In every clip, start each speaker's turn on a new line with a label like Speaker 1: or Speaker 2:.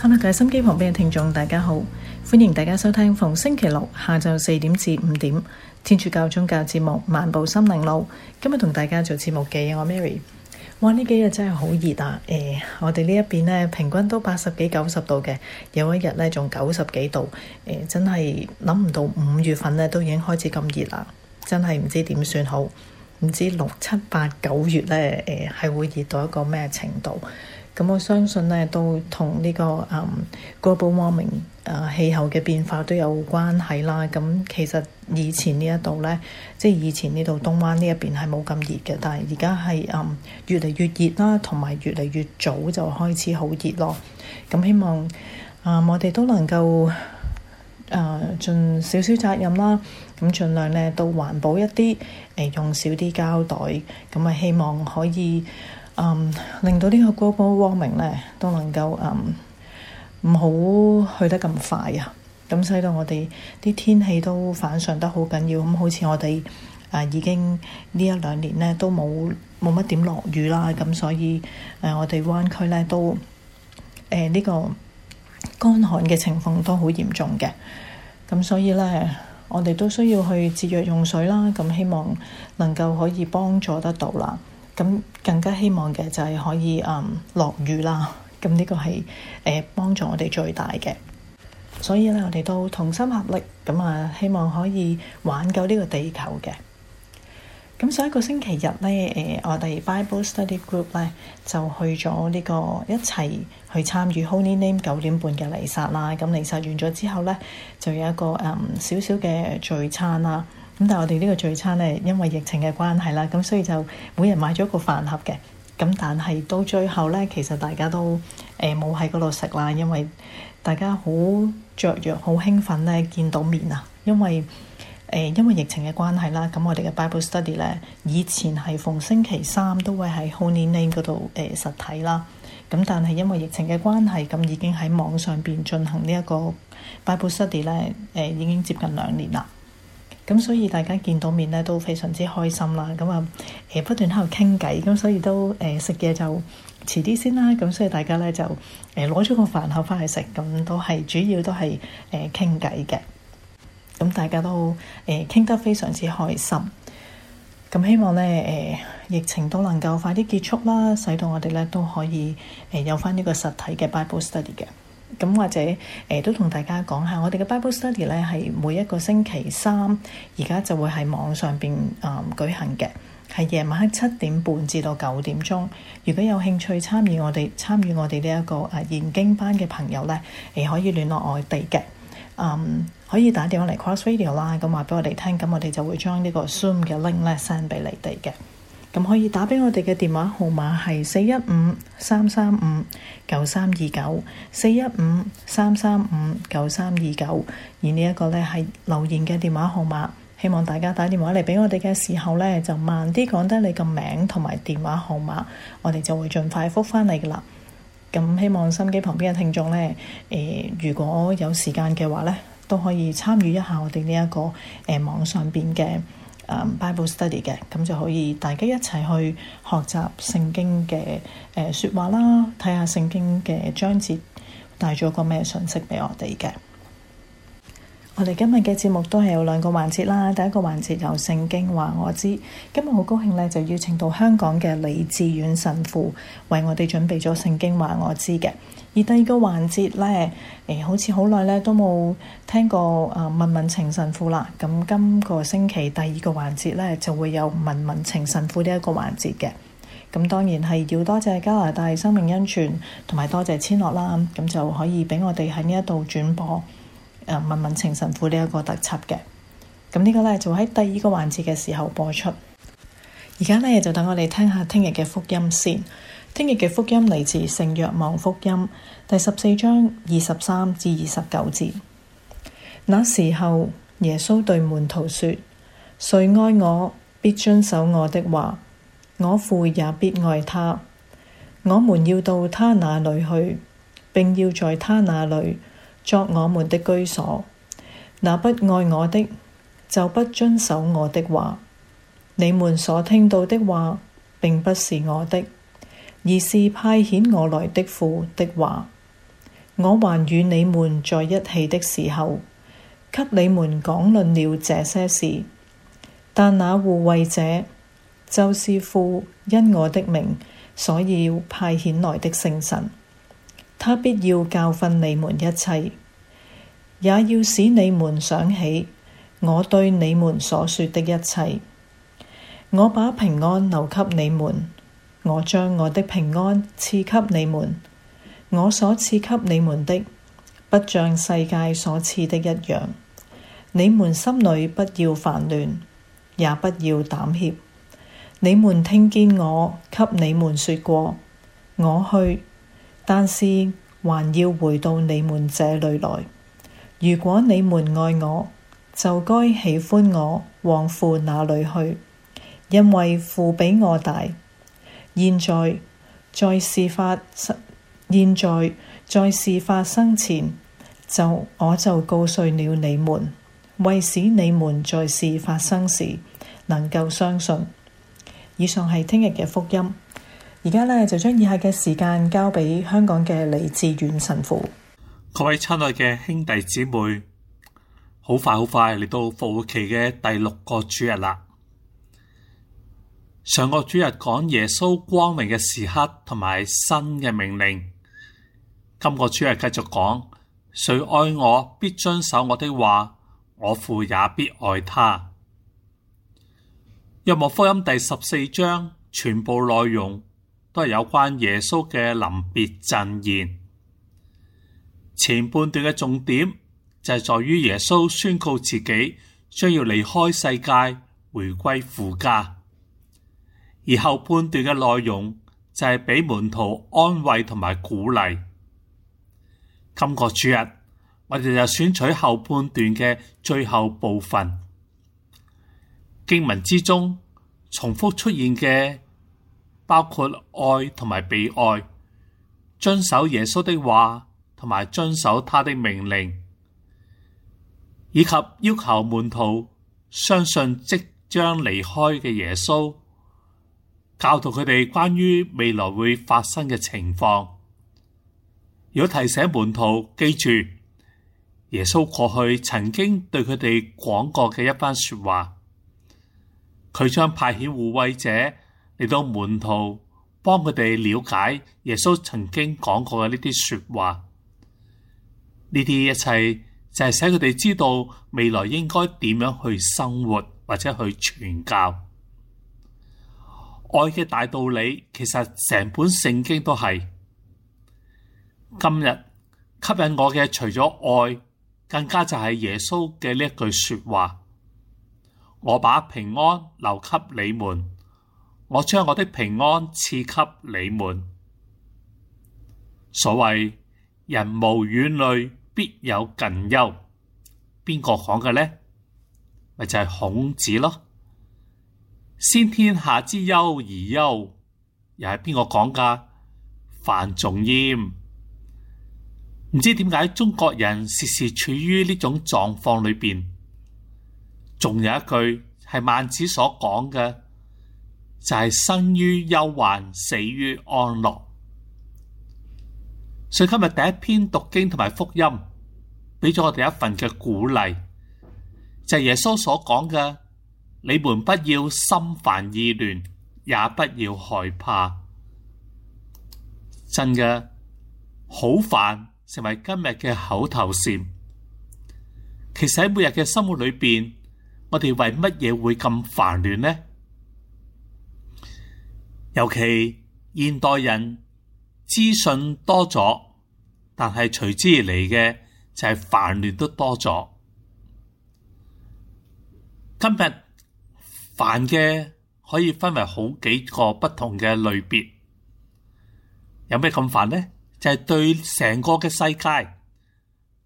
Speaker 1: Hello，各位心機旁邊嘅聽眾，大家好，歡迎大家收聽逢星期六下晝四點至五點天主教宗教節目《漫步心靈路》。今日同大家做節目嘅我 Mary。哇！呢幾日真係好熱啊！誒、我哋呢一邊呢，平均都八十幾九十度嘅，有一日呢，仲九十幾度。誒、真係諗唔到五月份呢，都已經開始咁熱啦，真係唔知點算好。唔知六七八九月呢，誒、係會熱到一個咩程度？咁我相信呢，都同呢、個嗯 global warming 啊、氣候嘅變化都有關係啦。咁其實以前呢一度呢，即係以前呢度東灣呢一邊係冇咁熱嘅，但係而家係嗯越嚟越熱啦，同埋越嚟越早就開始好熱咯。咁希望啊、我哋都能夠〜誒、呃盡少少責任啦，咁盡量咧都環保一啲，誒、呃用少啲膠袋，咁啊希望可以嗯令到呢個 global warming 咧都能夠嗯唔好去得咁快啊，咁使到我哋啲天氣都反常得好緊要，咁好似我哋啊已經呢一兩年咧都冇冇乜點落雨啦，咁所以誒、我哋灣區咧都呃誒呢、個。乾旱嘅情況都好嚴重嘅。咁所以呢，我哋都需要去節約用水啦。咁希望能夠可以幫助得到啦。咁更加希望嘅就係可以嗯落雨啦。咁呢個係誒、呃、幫助我哋最大嘅。所以呢，我哋都同心合力，咁啊，希望可以挽救呢個地球嘅。咁上一個星期日呢，誒、我哋 Bible Study Group 呢，就去咗呢、個一齊去參與 Holy Name 九點半嘅彌撒啦。咁彌撒完咗之後呢，就有一個誒、嗯少少嘅聚餐啦。咁但係我哋呢個聚餐呢，因為疫情嘅關係啦，咁所以就每人買咗個飯盒嘅。咁但係到最後呢，其實大家都誒冇喺嗰度食啦，因為大家好雀躍、好興奮呢，見到面啊，因為誒，呃因為疫情嘅關係啦，咁我哋嘅 Bible Study 咧，以前係逢星期三都會喺 Holy Name 嗰度誒實體啦。咁但係因為疫情嘅關係，咁已經喺網上邊進行呢一個 Bible Study 咧，誒已經接近兩年啦。咁所以大家見到面咧都非常之開心啦。咁啊誒不斷喺度傾偈，咁所以都誒食嘢就遲啲先啦。咁所以大家咧就誒攞咗個飯盒翻去食，咁都係主要都係誒傾偈嘅。咁大家都誒傾、得非常之開心。咁希望呢，誒、呃疫情都能夠快啲結束啦，使到我哋呢都可以誒、有翻呢個實體嘅 Bible Study 嘅。咁或者誒、都同大家講下，我哋嘅 Bible Study 呢係每一個星期三，而家就會喺網上邊啊、舉行嘅，係夜晚黑七點半至到九點鐘。如果有興趣參與我哋參與我哋呢一個啊研經班嘅朋友呢，誒、可以聯絡我哋嘅。嗯，可以打電話嚟 Cross Radio 啦，咁話俾我哋聽，咁我哋就會將呢個 Zoom 嘅 link 咧 send 俾你哋嘅。咁可以打俾我哋嘅電話號碼係四一五三三五九三二九四一五三三五九三二九，而呢一個呢係留言嘅電話號碼。希望大家打電話嚟俾我哋嘅時候呢，就慢啲講低你個名同埋電話號碼，我哋就會盡快覆返你噶啦。咁希望心機旁邊嘅聽眾呢，誒、如果有時間嘅話呢，都可以參與一下我哋呢一個誒、網上邊嘅誒 Bible Study 嘅，咁就可以大家一齊去學習聖經嘅誒説話啦，睇下聖經嘅章節帶咗個咩信息俾我哋嘅。我哋今日嘅節目都係有兩個環節啦，第一個環節由聖經話我知，今日好高興呢，就邀請到香港嘅李志遠神父為我哋準備咗聖經話我知嘅。而第二個環節呢，誒、好似好耐呢都冇聽過啊、問問情神父啦。咁今個星期第二個環節呢，就會有問問情神父呢一個環節嘅。咁當然係要多謝加拿大生命恩泉同埋多謝千樂啦，咁就可以俾我哋喺呢一度轉播。誒呃問問情神父呢一個特輯嘅。咁呢個呢，就喺第二個環節嘅時候播出。而家呢，就等我哋聽下聽日嘅福音先。聽日嘅福音嚟自聖若望福音第十四章二十三至二十九節。那時候，耶穌對門徒說：誰愛我，必遵守我的話；我父也必愛他。我們要到他那裏去，並要在他那裏作我們的居所。那不愛我的，就不遵守我的話。你們所聽到的話，並不是我的，而是派遣我來的父的話。我還與你們在一起的時候，給你們講論了這些事。但那護衛者，就是父因我的名所要派遣來的聖神，他必要教訓你們一切，也要使你們想起我對你們所說的一切。我把平安留給你們，我將我的平安賜給你們。我所賜給你們的，不像世界所賜的一樣。你們心裏不要煩亂，也不要膽怯。你們聽見我給你們說過，我去，但是還要回到你們這裏來。如果你們愛我，就該喜歡我往父那裏去，因為父比我大。現在在事發生。現在在事發生前，就我就告訴了你們，為使你們在事發生時能夠相信。以上係聽日嘅福音。而家呢，就將以下嘅時間交俾香港嘅李志遠神父。
Speaker 2: 各位親愛嘅兄弟姊妹，好快好快嚟到復活期嘅第六個主日啦。上個主日講耶穌光榮嘅時刻同埋新嘅命令。今個主日繼續講，誰愛我，必遵守我的話，我父也必愛他。約翰福音第十四章全部內容都係有關耶穌嘅臨別贈言。前半段嘅重點就係在於耶穌宣告自己將要離開世界，回歸父家。而後半段嘅內容就係俾門徒安慰同埋鼓勵。今個主日，我哋就選取後半段嘅最後部分。經文之中重複出現嘅包括愛同埋被愛，遵守耶穌的話同埋遵守他的命令，以及要求門徒相信即將離開嘅耶穌。教導佢哋關於未來會發生嘅情況，如果提醒門徒記住耶穌過去曾經對佢哋講過嘅一番說話，佢將派遣護衛者嚟到門徒，幫佢哋了解耶穌曾經講過嘅呢啲說話。呢啲一切就係使佢哋知道未來應該點樣去生活或者去傳教。愛嘅大道理，其實成本聖經都係。今日吸引我嘅，除咗愛，更加就係耶穌嘅呢一句說話：我把平安留給你們，我將我的平安賜給你們。所謂人無遠慮，必有近憂。邊個講嘅呢？咪就係孔子咯。先天下之憂而憂，又係邊個講噶？范仲淹。唔知點解中國人時時處於呢種狀況裏邊。仲有一句係孟子所講嘅，就係、是、生於憂患，死於安樂。所以今日第一篇讀經同埋福音，俾咗我哋一份嘅鼓勵，就係、是、耶穌所講嘅。你們不要心煩意亂，也不要害怕。真嘅，好煩成為今日嘅口頭禪。其實喺每日嘅生活裏邊，我哋為乜嘢會咁煩亂呢？尤其現代人資訊多咗，但係隨之而嚟嘅就係煩亂都多咗。今日。煩嘅可以分為好幾個不同嘅類別，有咩咁煩呢？就係、對成個嘅世界、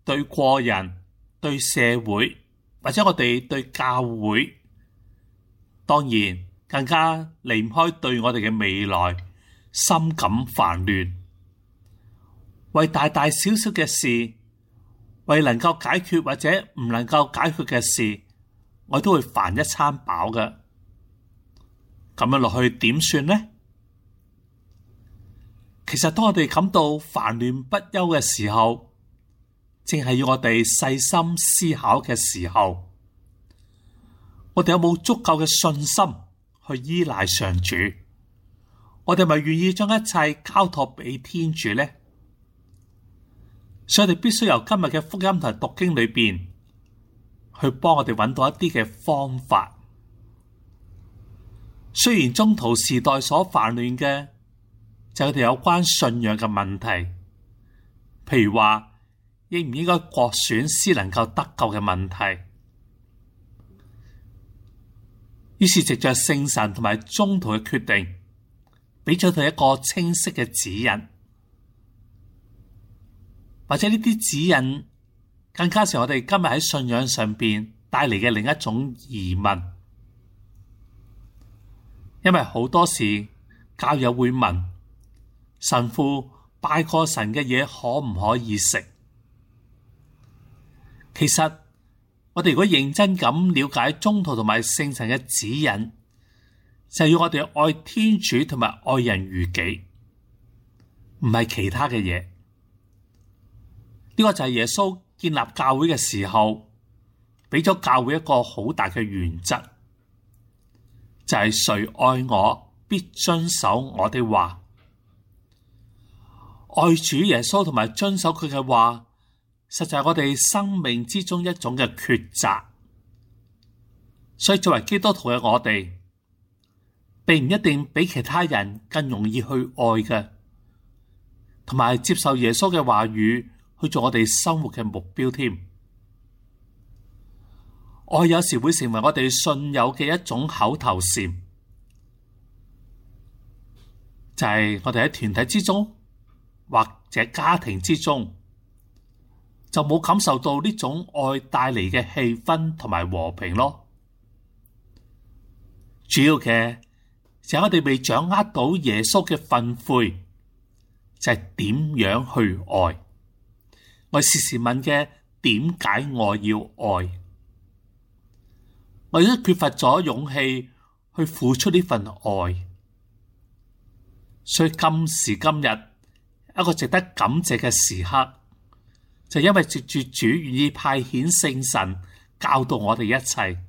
Speaker 2: 對個人、對社會，或者我哋對教會，當然更加離唔開對我哋嘅未來深感煩亂。為大大小小嘅事，為能夠解決或者唔能夠解決嘅事，我都會煩一餐飽嘅。咁樣落去點算呢？其實當我哋感到煩亂不休嘅時候，正係要我哋細心思考嘅時候，我哋有冇足夠嘅信心去依賴上主？我哋咪願意將一切交託俾天主呢？所以我哋必須由今日嘅福音同埋讀經裏邊，去幫我哋揾到一啲嘅方法。雖然中途時代所煩亂嘅就係佢哋有關信仰嘅問題，譬如話應唔應該割損先能夠得救嘅問題。於是藉着聖神同埋中途嘅決定，俾咗佢一個清晰嘅指引，或者呢啲指引更加是我哋今日喺信仰上邊帶嚟嘅另一種疑問。因為好多時教友會問神父拜過神嘅嘢可唔可以食？其實我哋如果認真咁了解宗徒同埋聖神嘅指引，就要我哋愛天主同埋愛人如己，唔係其他嘅嘢。呢個就係耶穌建立教會嘅時候，俾咗教會一個好大嘅原則。就係誰愛我，必遵守我的話。愛主耶穌同埋遵守佢嘅話，實在係我哋生命之中一種嘅抉擇。所以作為基督徒嘅我哋，並唔一定比其他人更容易去愛嘅，同埋接受耶穌嘅話語去做我哋生活嘅目標添。愛有時會成為我哋信友嘅一種口頭禪，就係我哋喺團體之中或者家庭之中，就冇感受到呢種愛帶嚟嘅氣氛同埋和平咯。主要嘅就係我哋未掌握到耶穌嘅訓誨，就係點樣去愛。我時時問嘅點解我要愛？我哋都缺乏咗勇氣去付出呢份愛，所以今時今日一個值得感謝嘅時刻，就因為藉住主願意派遣聖神教導我哋一切，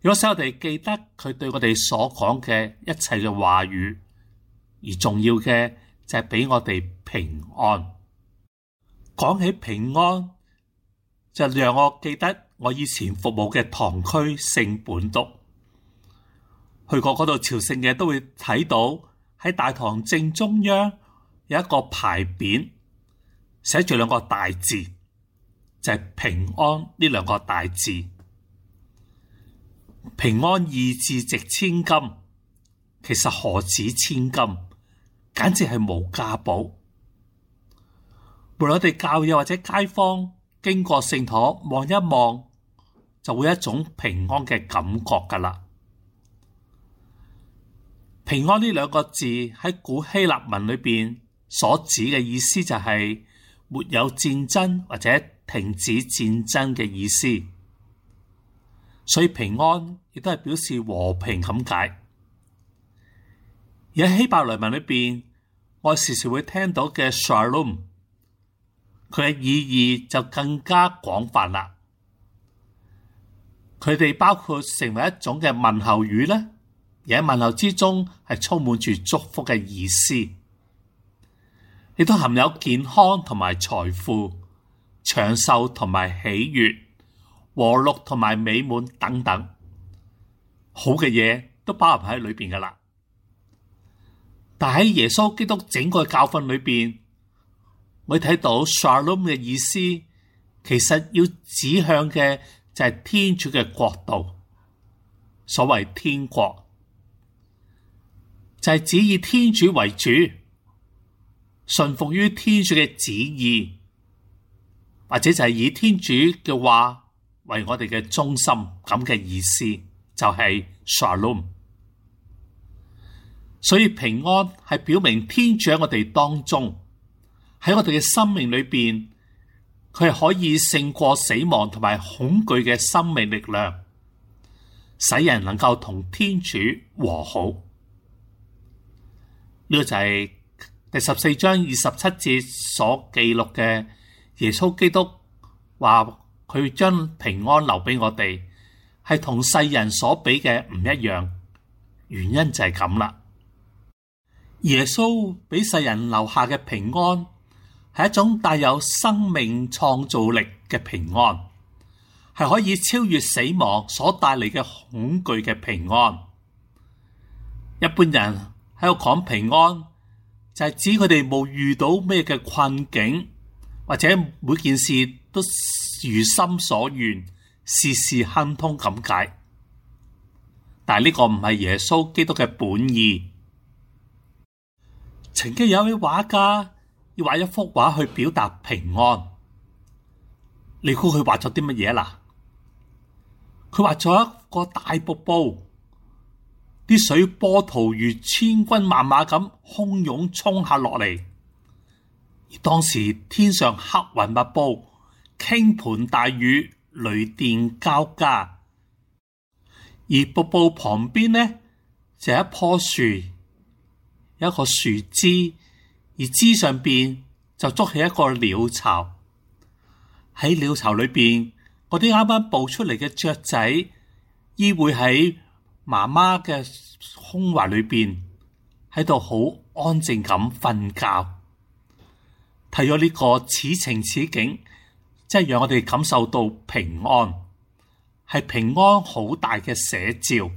Speaker 2: 如果使我哋記得佢對我哋所講嘅一切嘅話語，而重要嘅就係俾我哋平安。講起平安，就讓我記得。我以前服務嘅堂區聖本篤，去過嗰度朝聖嘅都會睇到喺大堂正中央有一個牌匾，寫住兩個大字，就係平安呢兩個大字。平安二字值千金，其實何止千金，簡直係無價寶。無論我哋教友或者街坊經過聖堂望一望，就會有一種平安嘅感覺㗎啦。平安呢兩個字喺古希臘文裏邊所指嘅意思就係沒有戰爭或者停止戰爭嘅意思，所以平安亦都係表示和平咁解。而喺希伯來文裏邊，我時時會聽到嘅 Shalom，佢嘅意義就更加廣泛啦。佢哋包括成為一種嘅問候語咧，而喺問候之中係充滿住祝福嘅意思，亦都含有健康同埋財富、長壽同埋喜悅、和樂同埋美滿等等，好嘅嘢都包含喺裏邊噶啦。但喺耶穌基督整個教訓裏邊，我睇到 Shalom 嘅意思，其實要指向嘅。就係天主嘅國度，所謂天國就係、是、指以天主為主，順服於天主嘅旨意，或者就係以天主嘅話為我哋嘅中心咁嘅意思，就係 shalom。所以平安係表明天主喺我哋當中，喺我哋嘅生命裏邊，佢係可以勝過死亡同埋恐懼嘅生命力量，使人能夠同天主和好。呢、個就係第十四章二十七節所記錄嘅耶穌基督話佢將平安留俾我哋，係同世人所俾嘅唔一樣。原因就係咁啦。耶穌俾世人留下嘅平安係一種帶有生命創造力嘅平安，係可以超越死亡所帶嚟嘅恐懼嘅平安。一般人喺度講平安，就係指佢哋冇遇到咩嘅困境，或者每件事都如心所願，事事亨通咁解。但係呢個唔係耶穌基督嘅本意。曾經有一位畫家要畫一幅畫去表達平安，你估佢畫咗啲乜嘢啦？佢畫咗一個大瀑布，啲水波濤如千軍萬馬咁洶湧衝下落嚟。而當時天上黑雲密布，傾盆大雨，雷電交加。而瀑布旁邊呢，就係一棵樹，有一個樹枝，而枝上邊就築起一個鳥巢。喺鳥巢裏邊，嗰啲啱啱步出嚟嘅雀仔，依會喺媽媽嘅胸懷裏邊，喺度好安靜咁瞓覺。睇咗呢個此情此景，真係讓我哋感受到平安，係平安好大嘅寫照。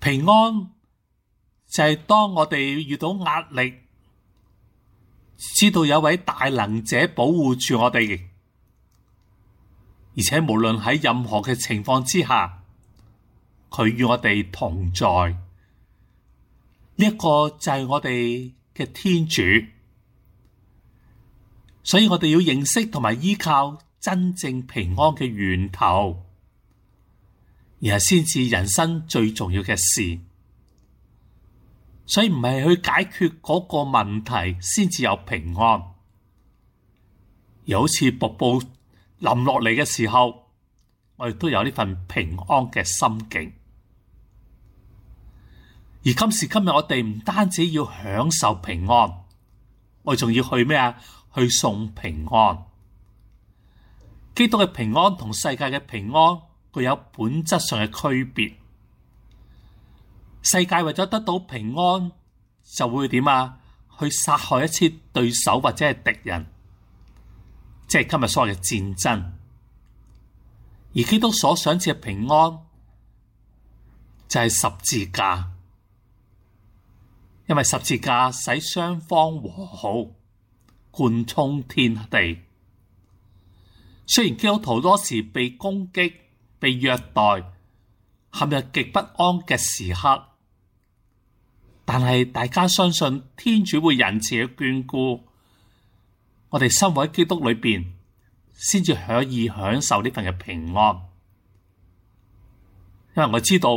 Speaker 2: 平安就係當我哋遇到壓力，知道有位大能者保護住我哋，而且無論喺任何嘅情況之下，佢與我哋同在。呢一個就係我哋嘅天主，所以我哋要認識同埋依靠真正平安嘅源頭，而係先至人生最重要嘅事。所以唔係去解決嗰個問題先至有平安，又好似瀑布淋落嚟嘅時候，我哋都有呢份平安嘅心境。而今時今日，我哋唔單止要享受平安，我哋仲要去咩啊？去送平安。基督嘅平安同世界嘅平安具有本質上嘅區別。世界為咗得到平安，就會點啊？去殺害一切對手或者係敵人，即係今日所謂嘅戰爭。而基督所想賜嘅平安，就係十字架。因為十字架使雙方和好，貫通天地。雖然基督徒多時被攻擊、被虐待，陷入極不安嘅時刻，但係大家相信天主會仁慈嘅眷顧，我哋生活喺基督裏邊，先至可以享受呢份嘅平安。因為我知道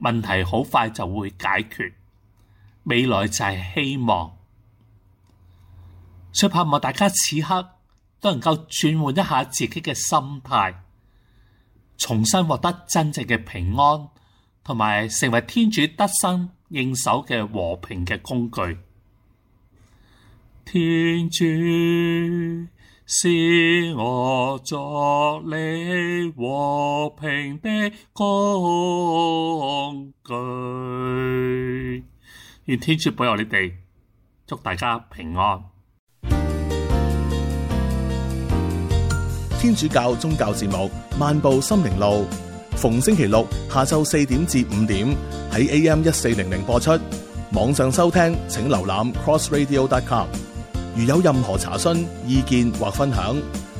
Speaker 2: 問題好快就會解決。未來就係希望，所以盼望大家此刻都能夠轉換一下自己嘅心態，重新獲得真正嘅平安，同埋成為天主得心應手嘅和平嘅工具。天主使我作你和平的工具。願天主保佑你哋，祝大家平安。
Speaker 3: 天主教宗教節目《漫步心靈路》，逢星期六下晝四點至五點喺 AM 一四零零播出。網上收聽請瀏覽 crossradio.com。如有任何查詢、意見或分享，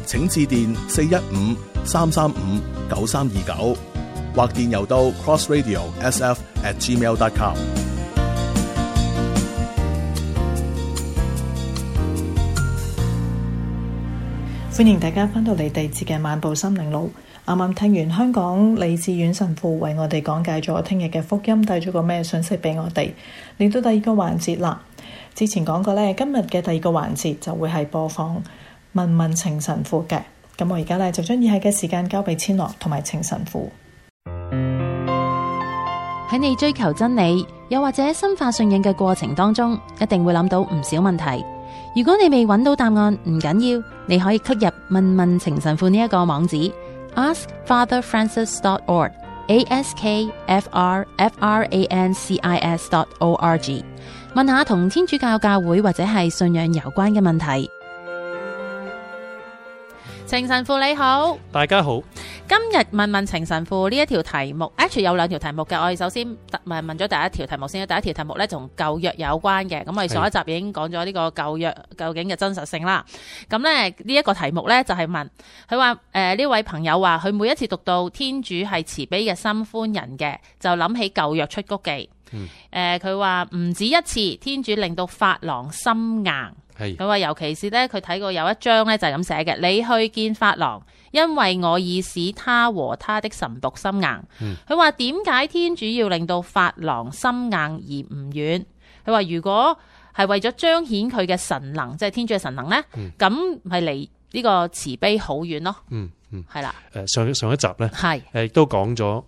Speaker 3: 請致電四一五三三五九三二九，或電郵到 crossradio_sf@gmail.com。
Speaker 1: 歡迎大家翻到嚟第二節嘅漫步心靈路。啱啱聽完香港李志遠神父為我哋講解咗聽日嘅福音帶咗個咩信息俾我哋。嚟到第二個環節啦，之前講過呢，今日嘅第二個環節就會係播放問問情神父嘅。咁我而家呢，就將以下嘅時間交俾千樂同埋情神父。
Speaker 4: 喺你追求真理，又或者深化信仰嘅過程當中，一定會諗到唔少問題。如果你未揾到答案，唔緊要，你可以 click 入問問情神父呢一個網址 askfatherfrancis.org a s k f r f r a n c i s dot o r g 問下同天主教教會或者係信仰有關嘅問題。情神父你好。
Speaker 5: 大家好，
Speaker 4: 今日問問情神父呢一條題目，actually 有兩條題目嘅。我哋首先特問問咗第一條題目先啦。第一條題目咧同舊約有關嘅，咁我哋上一集已經講咗呢個舊約究竟嘅真實性啦。咁咧呢一個題目咧就係問佢話誒呢位朋友話佢每一次讀到天主係慈悲嘅心寬仁嘅，就諗起舊約出谷記。誒佢話唔止一次，天主令到法郎心硬。
Speaker 5: 係
Speaker 4: 佢話啊尤其是咧，佢睇過有一章咧就係咁寫嘅，你去見法郎，因為我已使他和他的神僕心
Speaker 5: 嗯
Speaker 4: 硬。佢話點解天主要令到法郎心硬而唔軟？佢話如果係為咗彰顯佢嘅神能，即係天主嘅神能咧，咁係離呢個慈悲好遠咯。
Speaker 5: 嗯嗯，
Speaker 4: 係啦，
Speaker 5: 诶、上上一集咧，
Speaker 4: 係
Speaker 5: 诶、亦都講咗，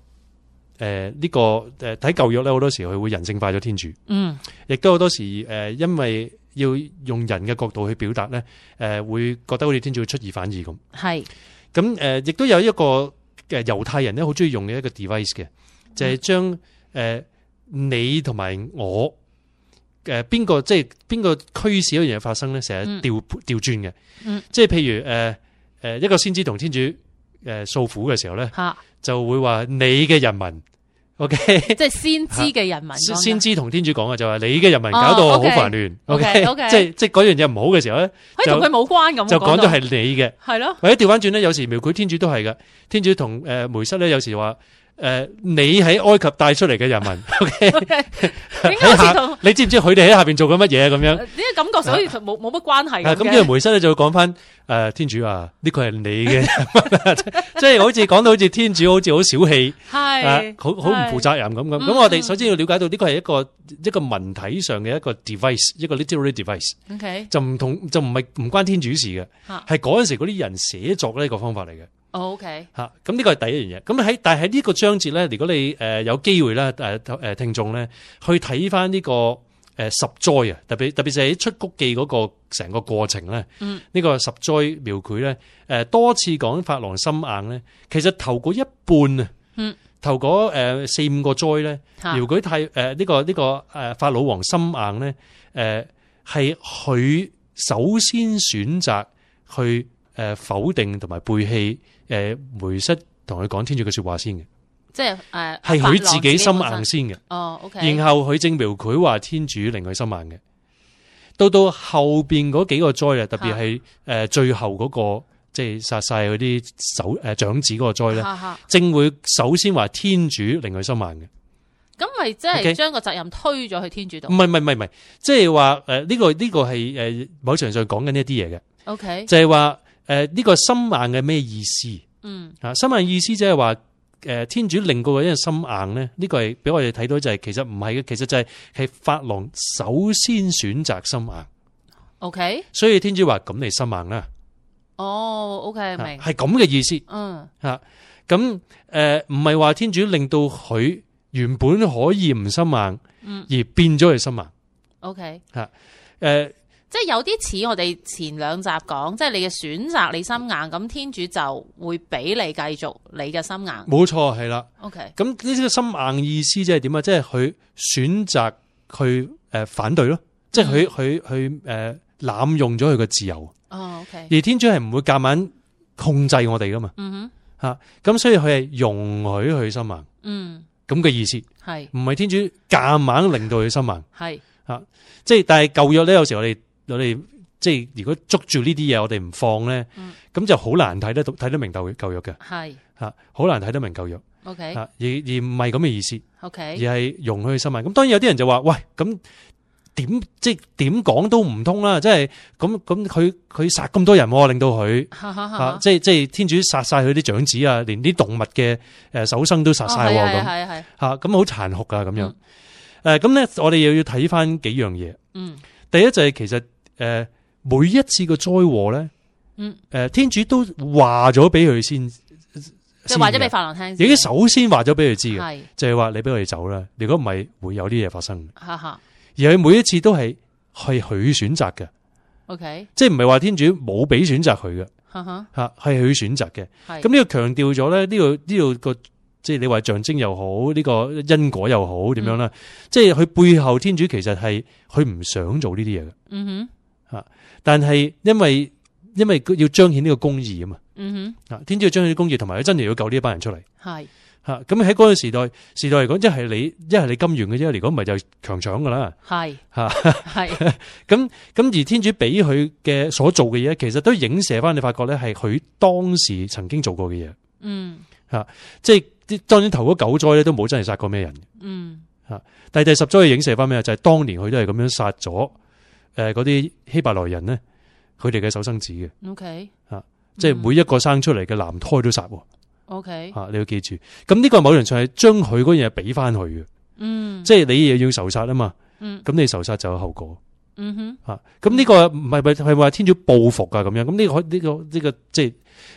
Speaker 5: 诶、呢、個诶睇舊約咧，好多時佢會人性化咗天主，
Speaker 4: 嗯
Speaker 5: 亦都好多時诶、誒因為要用人嘅角度去表達咧，诶、會覺得好似天主會出爾反爾咁。
Speaker 4: 係
Speaker 5: 咁誒，呃亦都有一個誒猶太人咧，好中意用嘅一個 device 嘅，就係將誒你同埋我誒邊個即係邊個驅使一樣嘢發生咧，成日
Speaker 4: 嗯
Speaker 5: 調調轉嘅
Speaker 4: 嗯，
Speaker 5: 即係譬如誒誒一個先知同天主誒訴苦嘅時候咧，
Speaker 4: 嚇，
Speaker 5: 就會話你嘅人民，OK，
Speaker 4: 即係先知嘅人民
Speaker 5: 先
Speaker 4: 講
Speaker 5: 先
Speaker 4: 嘅。
Speaker 5: 知同天主講嘅就話你嘅人民搞到我好
Speaker 4: 哦，OK，
Speaker 5: 煩亂，OK，
Speaker 4: OK，OK
Speaker 5: 即係即係嗰樣嘢唔好嘅時候咧，
Speaker 4: 可哎以同佢冇關咁喎，
Speaker 5: 就講
Speaker 4: 講
Speaker 5: 咗係你嘅。
Speaker 4: 係 咯，
Speaker 5: 或者調翻轉咧，有時描繪天主都係嘅。天主同誒梅瑟咧，有時話誒、呃你喺埃及帶出嚟嘅人 民，OK，
Speaker 4: 點解好似同
Speaker 5: 你知唔知佢哋喺下邊做緊乜嘢咁 樣？
Speaker 4: 呢個感覺好似同冇冇乜關係
Speaker 5: 啊
Speaker 4: 咁
Speaker 5: 咁呢
Speaker 4: 嘅。
Speaker 5: 個梅瑟咧就會講翻誒天主啊，呢個係你 嘅人民啊，即係好似講到好似天主好似好小氣啊
Speaker 4: 係，
Speaker 5: 好好唔負責任咁咁。咁
Speaker 4: 嗯
Speaker 5: 我哋
Speaker 4: 嗯
Speaker 5: 首先要了解到呢個係一個一個文體上嘅一個 device，一個 literary device，
Speaker 4: 係 OK，
Speaker 5: 就唔同就唔係唔關天主事嘅，
Speaker 4: 啊
Speaker 5: 係嗰陣時嗰啲人寫作呢個方法嚟嘅。
Speaker 4: 哦 OK。
Speaker 5: 吓，咁呢個係第一樣嘢。咁喺但係喺呢個章節咧，如果你誒有機會咧，誒誒聽眾咧，去睇翻呢個誒十災啊，特別特別就係喺出谷記嗰個成個過程咧，
Speaker 4: 嗯
Speaker 5: 呢個十災描繪咧，誒多次講法郎心硬咧，其實頭嗰一半啊，
Speaker 4: 嗯，
Speaker 5: 頭嗰誒四五個災咧，
Speaker 4: 嚇
Speaker 5: 描繪太誒呢個呢個誒法老王心硬咧，誒係佢首先選擇去誒否定同埋背棄。誒梅瑟同佢講天主嘅説話先嘅，
Speaker 4: 即系诶，
Speaker 5: 係佢自己心
Speaker 4: 白狼
Speaker 5: 硬
Speaker 4: 自己
Speaker 5: 先嘅，
Speaker 4: 本身。哦，OK，
Speaker 5: 然後佢正描佢話天主令佢心硬嘅。到到後邊嗰幾個災啊，特別係誒最後嗰、個即係殺晒佢啲手誒長子嗰個災咧，
Speaker 4: 哈哈
Speaker 5: 正會首先話天主令佢心硬嘅。
Speaker 4: 咁咪即
Speaker 5: OK 嗯
Speaker 4: 系將個責任推咗去天主
Speaker 5: 唔
Speaker 4: 度。
Speaker 5: 係唔係唔係唔係，即係話誒呢個呢、個係誒、某程度上講緊呢一啲嘢嘅，
Speaker 4: OK，
Speaker 5: 就係話誒呢個心硬嘅咩意思？
Speaker 4: 嗯
Speaker 5: 啊，心硬意思即係話，诶、天主令到嗰人心硬咧，呢、個係俾我哋睇到就係其實唔係嘅，其實就係係法郎首先選擇心硬，
Speaker 4: ，OK，
Speaker 5: 所以天主話咁你心硬啦，
Speaker 4: 哦，OK，
Speaker 5: 啊
Speaker 4: 明，
Speaker 5: 係咁嘅意思
Speaker 4: 嗯，
Speaker 5: 吓。咁诶，誒唔係話天主令到佢原本可以唔心硬，
Speaker 4: 嗯
Speaker 5: 而變咗佢心硬。呃
Speaker 4: ，OK，
Speaker 5: 诶、
Speaker 4: 即係有啲似我哋前兩集講，即係你嘅選擇，你心硬，咁天主就會俾你繼續你嘅心硬。
Speaker 5: 冇錯係啦。
Speaker 4: OK，
Speaker 5: 咁呢個心硬意思即係點啊？即係佢選擇去诶反對咯，即係佢佢佢诶滥用咗佢嘅自由。
Speaker 4: 哦，OK，
Speaker 5: 而天主係唔會夾硬控制我哋噶嘛，啊
Speaker 4: 嗯哼，
Speaker 5: 咁所以佢係容許佢心硬
Speaker 4: 嗯，
Speaker 5: 咁嘅意思，
Speaker 4: 係
Speaker 5: 唔係天主夾硬令到佢心硬。
Speaker 4: 係
Speaker 5: 即係但係舊約咧，有時我哋我哋即係如果捉住呢啲嘢，我哋唔放咧
Speaker 4: 嗯，
Speaker 5: 咁就好難睇得到睇得明舊舊約嘅
Speaker 4: 係
Speaker 5: 嚇，好難睇得明舊約啊嚇，而而唔係咁嘅意思，而啊
Speaker 4: ，OK，OK，
Speaker 5: 係容許佢心硬。咁當然有啲人就話：喂，咁點即係點講都唔通啦，即係咁咁佢佢殺咁多人喎，令到佢
Speaker 4: 哈哈哈
Speaker 5: 啊，即係即係天主殺晒佢啲長子啊，連啲動物嘅誒手生都殺
Speaker 4: 哦
Speaker 5: 晒
Speaker 4: 係
Speaker 5: 喎
Speaker 4: 啊
Speaker 5: 咁
Speaker 4: 係啊係啊，
Speaker 5: 嚇，咁好殘酷啊咁樣。誒咁咧，我哋又要睇翻幾樣嘢。
Speaker 4: 嗯
Speaker 5: 第一就係其實誒、呃每一次嘅災禍咧，
Speaker 4: 嗯
Speaker 5: 誒、天主都話咗俾佢先，
Speaker 4: 即係話咗
Speaker 5: 先
Speaker 4: 俾
Speaker 5: 嘅
Speaker 4: 法郎聽先，
Speaker 5: 已經首先話咗俾佢知嘅，
Speaker 4: 係
Speaker 5: 就係話你俾我哋走啦，如果唔係會有啲嘢發生嘅。
Speaker 4: 哈哈
Speaker 5: 而佢每一次都係係佢選擇嘅，
Speaker 4: ，OK，
Speaker 5: 即係唔係話天主冇俾選擇佢嘅
Speaker 4: 哈哈，
Speaker 5: 嚇，係佢選擇嘅。
Speaker 4: 係
Speaker 5: 咁呢個強調咗咧，呢度呢度個即係你話象徵又好，呢、個因果又好點樣啦，即係佢背後天主其實係佢唔想做呢啲嘢嘅。
Speaker 4: 嗯哼
Speaker 5: 但係因為因為佢要彰顯呢個公義啊嘛，
Speaker 4: 嗯
Speaker 5: 啊天主要彰顯公義，同埋佢真係要救呢一班人出嚟
Speaker 4: 哼，係
Speaker 5: 吓。咁喺嗰個時代時代嚟講，一係你一係你金元嘅啫，如果唔係就強搶噶啦
Speaker 4: 係
Speaker 5: 吓。
Speaker 4: 係
Speaker 5: 咁 咁而天主俾佢嘅所做嘅嘢，其實都影射翻你發覺咧，係佢當時曾經做過嘅嘢，
Speaker 4: 嗯
Speaker 5: 即係啲當然頭嗰九災咧都冇真係殺過咩人，
Speaker 4: 嗯
Speaker 5: 但係第十災係影射翻咩啊？就係、當年佢都係咁樣殺咗誒嗰啲希伯來人咧，佢哋嘅手生子嘅，
Speaker 4: 嗯，OK
Speaker 5: 啊即係每一個生出嚟嘅男胎都殺喎。
Speaker 4: OK，
Speaker 5: 啊，你要記住，咁呢個某程度上係將佢嗰樣嘢俾翻佢嘅，
Speaker 4: 嗯
Speaker 5: 即係你又要仇殺啊嘛，
Speaker 4: 嗯
Speaker 5: 咁你仇殺就有後果
Speaker 4: 嗯哼，
Speaker 5: 啊。咁呢個唔係咪係咪話天主報復啊咁樣？咁呢、個呢、個呢、個即係誒、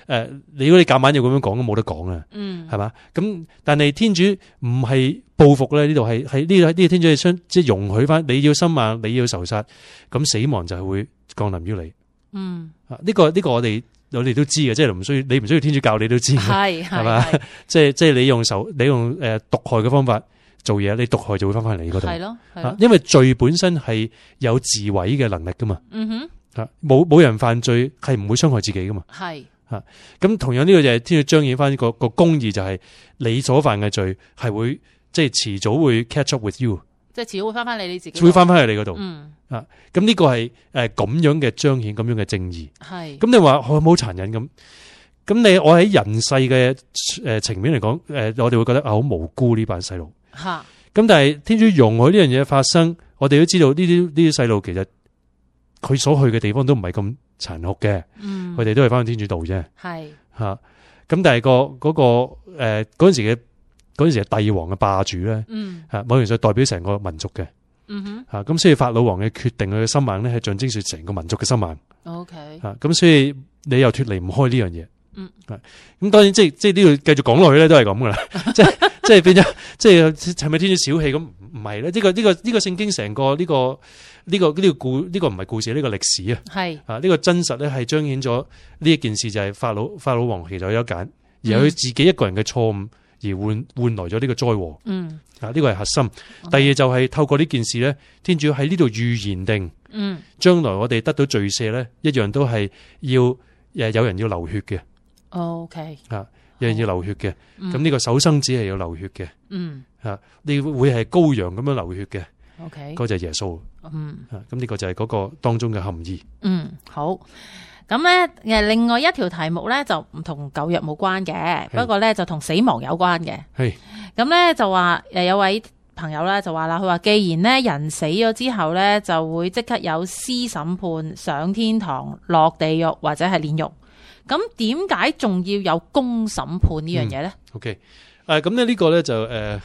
Speaker 5: 呃你如果你夾硬要咁樣講，都冇得講啊，
Speaker 4: 嗯
Speaker 5: 係嘛？咁但係天主唔係報復咧，呢度係係呢度呢個天主係相即係容許翻你要心硬，你要仇殺，咁死亡就係會降臨於你
Speaker 4: 嗯
Speaker 5: 啊。呢、個呢、個我哋我哋都知嘅，即係唔需要你唔需要天主教你都知嘅。
Speaker 4: 係係
Speaker 5: 係嘛
Speaker 4: 係
Speaker 5: 即係即係你用手，你用誒毒害嘅方法做嘢，你毒害就會翻翻嚟嗰度
Speaker 4: 係。咯係
Speaker 5: 啊
Speaker 4: 咯，
Speaker 5: 因為罪本身係有自毀嘅能力噶嘛，
Speaker 4: 嗯哼
Speaker 5: 啊，冇冇人犯罪係唔會傷害自己噶嘛。
Speaker 4: 係
Speaker 5: 咁同樣呢個就係天要彰顯翻個個公義，就係你所犯嘅罪係會即係遲早會 catch up with you，
Speaker 4: 即係遲早會翻翻你你自己度，
Speaker 5: 會翻翻去你嗰度。
Speaker 4: 嗯
Speaker 5: 咁呢個係誒咁樣嘅彰顯，咁樣嘅正義。
Speaker 4: 係
Speaker 5: 咁你話我冇殘忍咁，咁你我喺人世嘅誒層面嚟講，誒我哋會覺得啊好無辜呢班細路。
Speaker 4: 吓
Speaker 5: 咁但係天主容許呢樣嘢發生，我哋都知道呢啲呢啲細路其實佢所去嘅地方都唔係咁殘酷嘅，
Speaker 4: 嗯
Speaker 5: 佢哋都係翻天主道啫
Speaker 4: 係
Speaker 5: 吓。咁但係個嗰個诶嗰阵時嘅嗰阵时嘅帝王嘅霸主咧
Speaker 4: 嗯
Speaker 5: 吓，某程度上代表成個民族嘅
Speaker 4: 嗯哼
Speaker 5: 吓，咁所以法老王嘅決定佢嘅心眼咧係象徵住成個民族嘅心眼。
Speaker 4: ，OK
Speaker 5: 啊，咁所以你又脱離唔開呢樣嘢。
Speaker 4: 嗯
Speaker 5: 啊，咁當然即係即係呢度繼續講落去咧，都係咁噶啦，即係即係變咗即係係咪天主小氣咁？唔係咧，呢個呢個呢個聖經成個呢個呢個呢個故呢個唔係故事，呢個歷史啊，
Speaker 4: 係
Speaker 5: 啊呢個真實咧係彰顯咗呢一件事就係法老法老王其實有得揀，而係佢自己一個人嘅錯誤而換換來咗呢個災禍
Speaker 4: 嗯
Speaker 5: 啊，呢個係核心。第二就係透過呢件事咧，天主喺呢度預言定。
Speaker 4: 嗯
Speaker 5: 將來我哋得到罪赦咧，一樣都係要誒有人要流血嘅，
Speaker 4: OK
Speaker 5: 有人要流血嘅。
Speaker 4: 嗯
Speaker 5: 咁呢個手生子係要流血嘅，
Speaker 4: 嗯
Speaker 5: 你會係羔羊咁樣流血嘅，
Speaker 4: OK
Speaker 5: 嗰就係耶穌。
Speaker 4: 嗯。
Speaker 5: 啊咁呢個就係嗰個當中嘅含義。
Speaker 4: 嗯，好。咁咧，誒，另外一條題目咧就唔同舊約冇關嘅，不過咧就同死亡有關嘅。
Speaker 5: 係
Speaker 4: 咁咧就話誒有位朋友咧就話啦，佢話既然咧人死咗之後咧就會即刻有私審判，上天堂、落地獄或者係煉獄，咁點解仲要有公審判呢樣嘢咧？
Speaker 5: OK，誒咁咧呢個咧就誒誒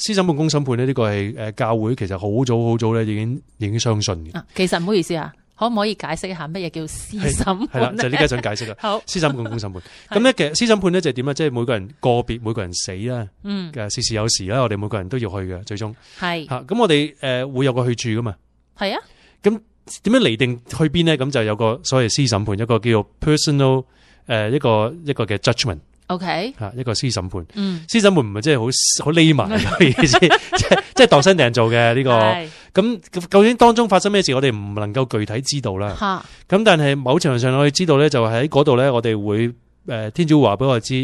Speaker 5: 私審判公審判咧，呢個係誒教會其實好早好早咧已經已經相信 嘅，
Speaker 4: 啊，其實唔好意思啊，可唔可以解釋一下乜嘢叫私審
Speaker 5: 係啦
Speaker 4: 判，
Speaker 5: 就係
Speaker 4: 呢
Speaker 5: 呢家想解釋啦。
Speaker 4: 好，
Speaker 5: 私審判公 審判，咁咧其實私審判咧就係點啊？即係每個人個別每個人死啦，
Speaker 4: 嗯，
Speaker 5: 誒事事有時啦，我哋每個人都要去嘅，最終。
Speaker 4: 係
Speaker 5: 吓，咁我哋诶会有個去處噶嘛？
Speaker 4: 係啊，
Speaker 5: 點樣嚟定去邊咧？咁就有個所謂私審判，一個叫做 personal 诶、一個一個嘅 judgment
Speaker 4: ，OK，
Speaker 5: 吓，一個私審判。
Speaker 4: 嗯，
Speaker 5: 私審判唔係真係好好匿埋嘅意思，即係即係度身訂做嘅 呢、個。
Speaker 4: 係
Speaker 5: 咁究竟當中發生咩事，我哋唔能夠具體知 道啦。
Speaker 4: 嚇，
Speaker 5: 咁但係某程度上，我哋知道咧，就喺嗰度咧，我哋會诶、誒天主話俾我知，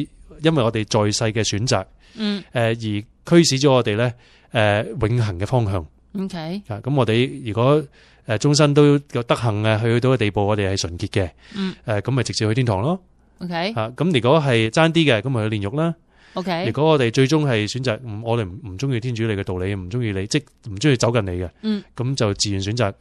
Speaker 5: 因為我哋在世嘅選擇
Speaker 4: 嗯
Speaker 5: 诶、誒而驅使咗我哋咧诶永恆嘅方向。
Speaker 4: ，OK，
Speaker 5: 啊，咁我哋如果誒終身都有德行嘅，去到嘅地步，我哋係純潔嘅，呃
Speaker 4: 嗯
Speaker 5: 誒咁咪直接去天堂咯。
Speaker 4: OK，
Speaker 5: 啊，咁如果係爭啲嘅，咁咪去煉獄啦。
Speaker 4: OK，
Speaker 5: 如果我哋最終係選擇，嗯我哋唔唔中意天主你嘅道理，唔中意你，即係唔中意走近你嘅，
Speaker 4: 嗯
Speaker 5: 咁就自願選擇。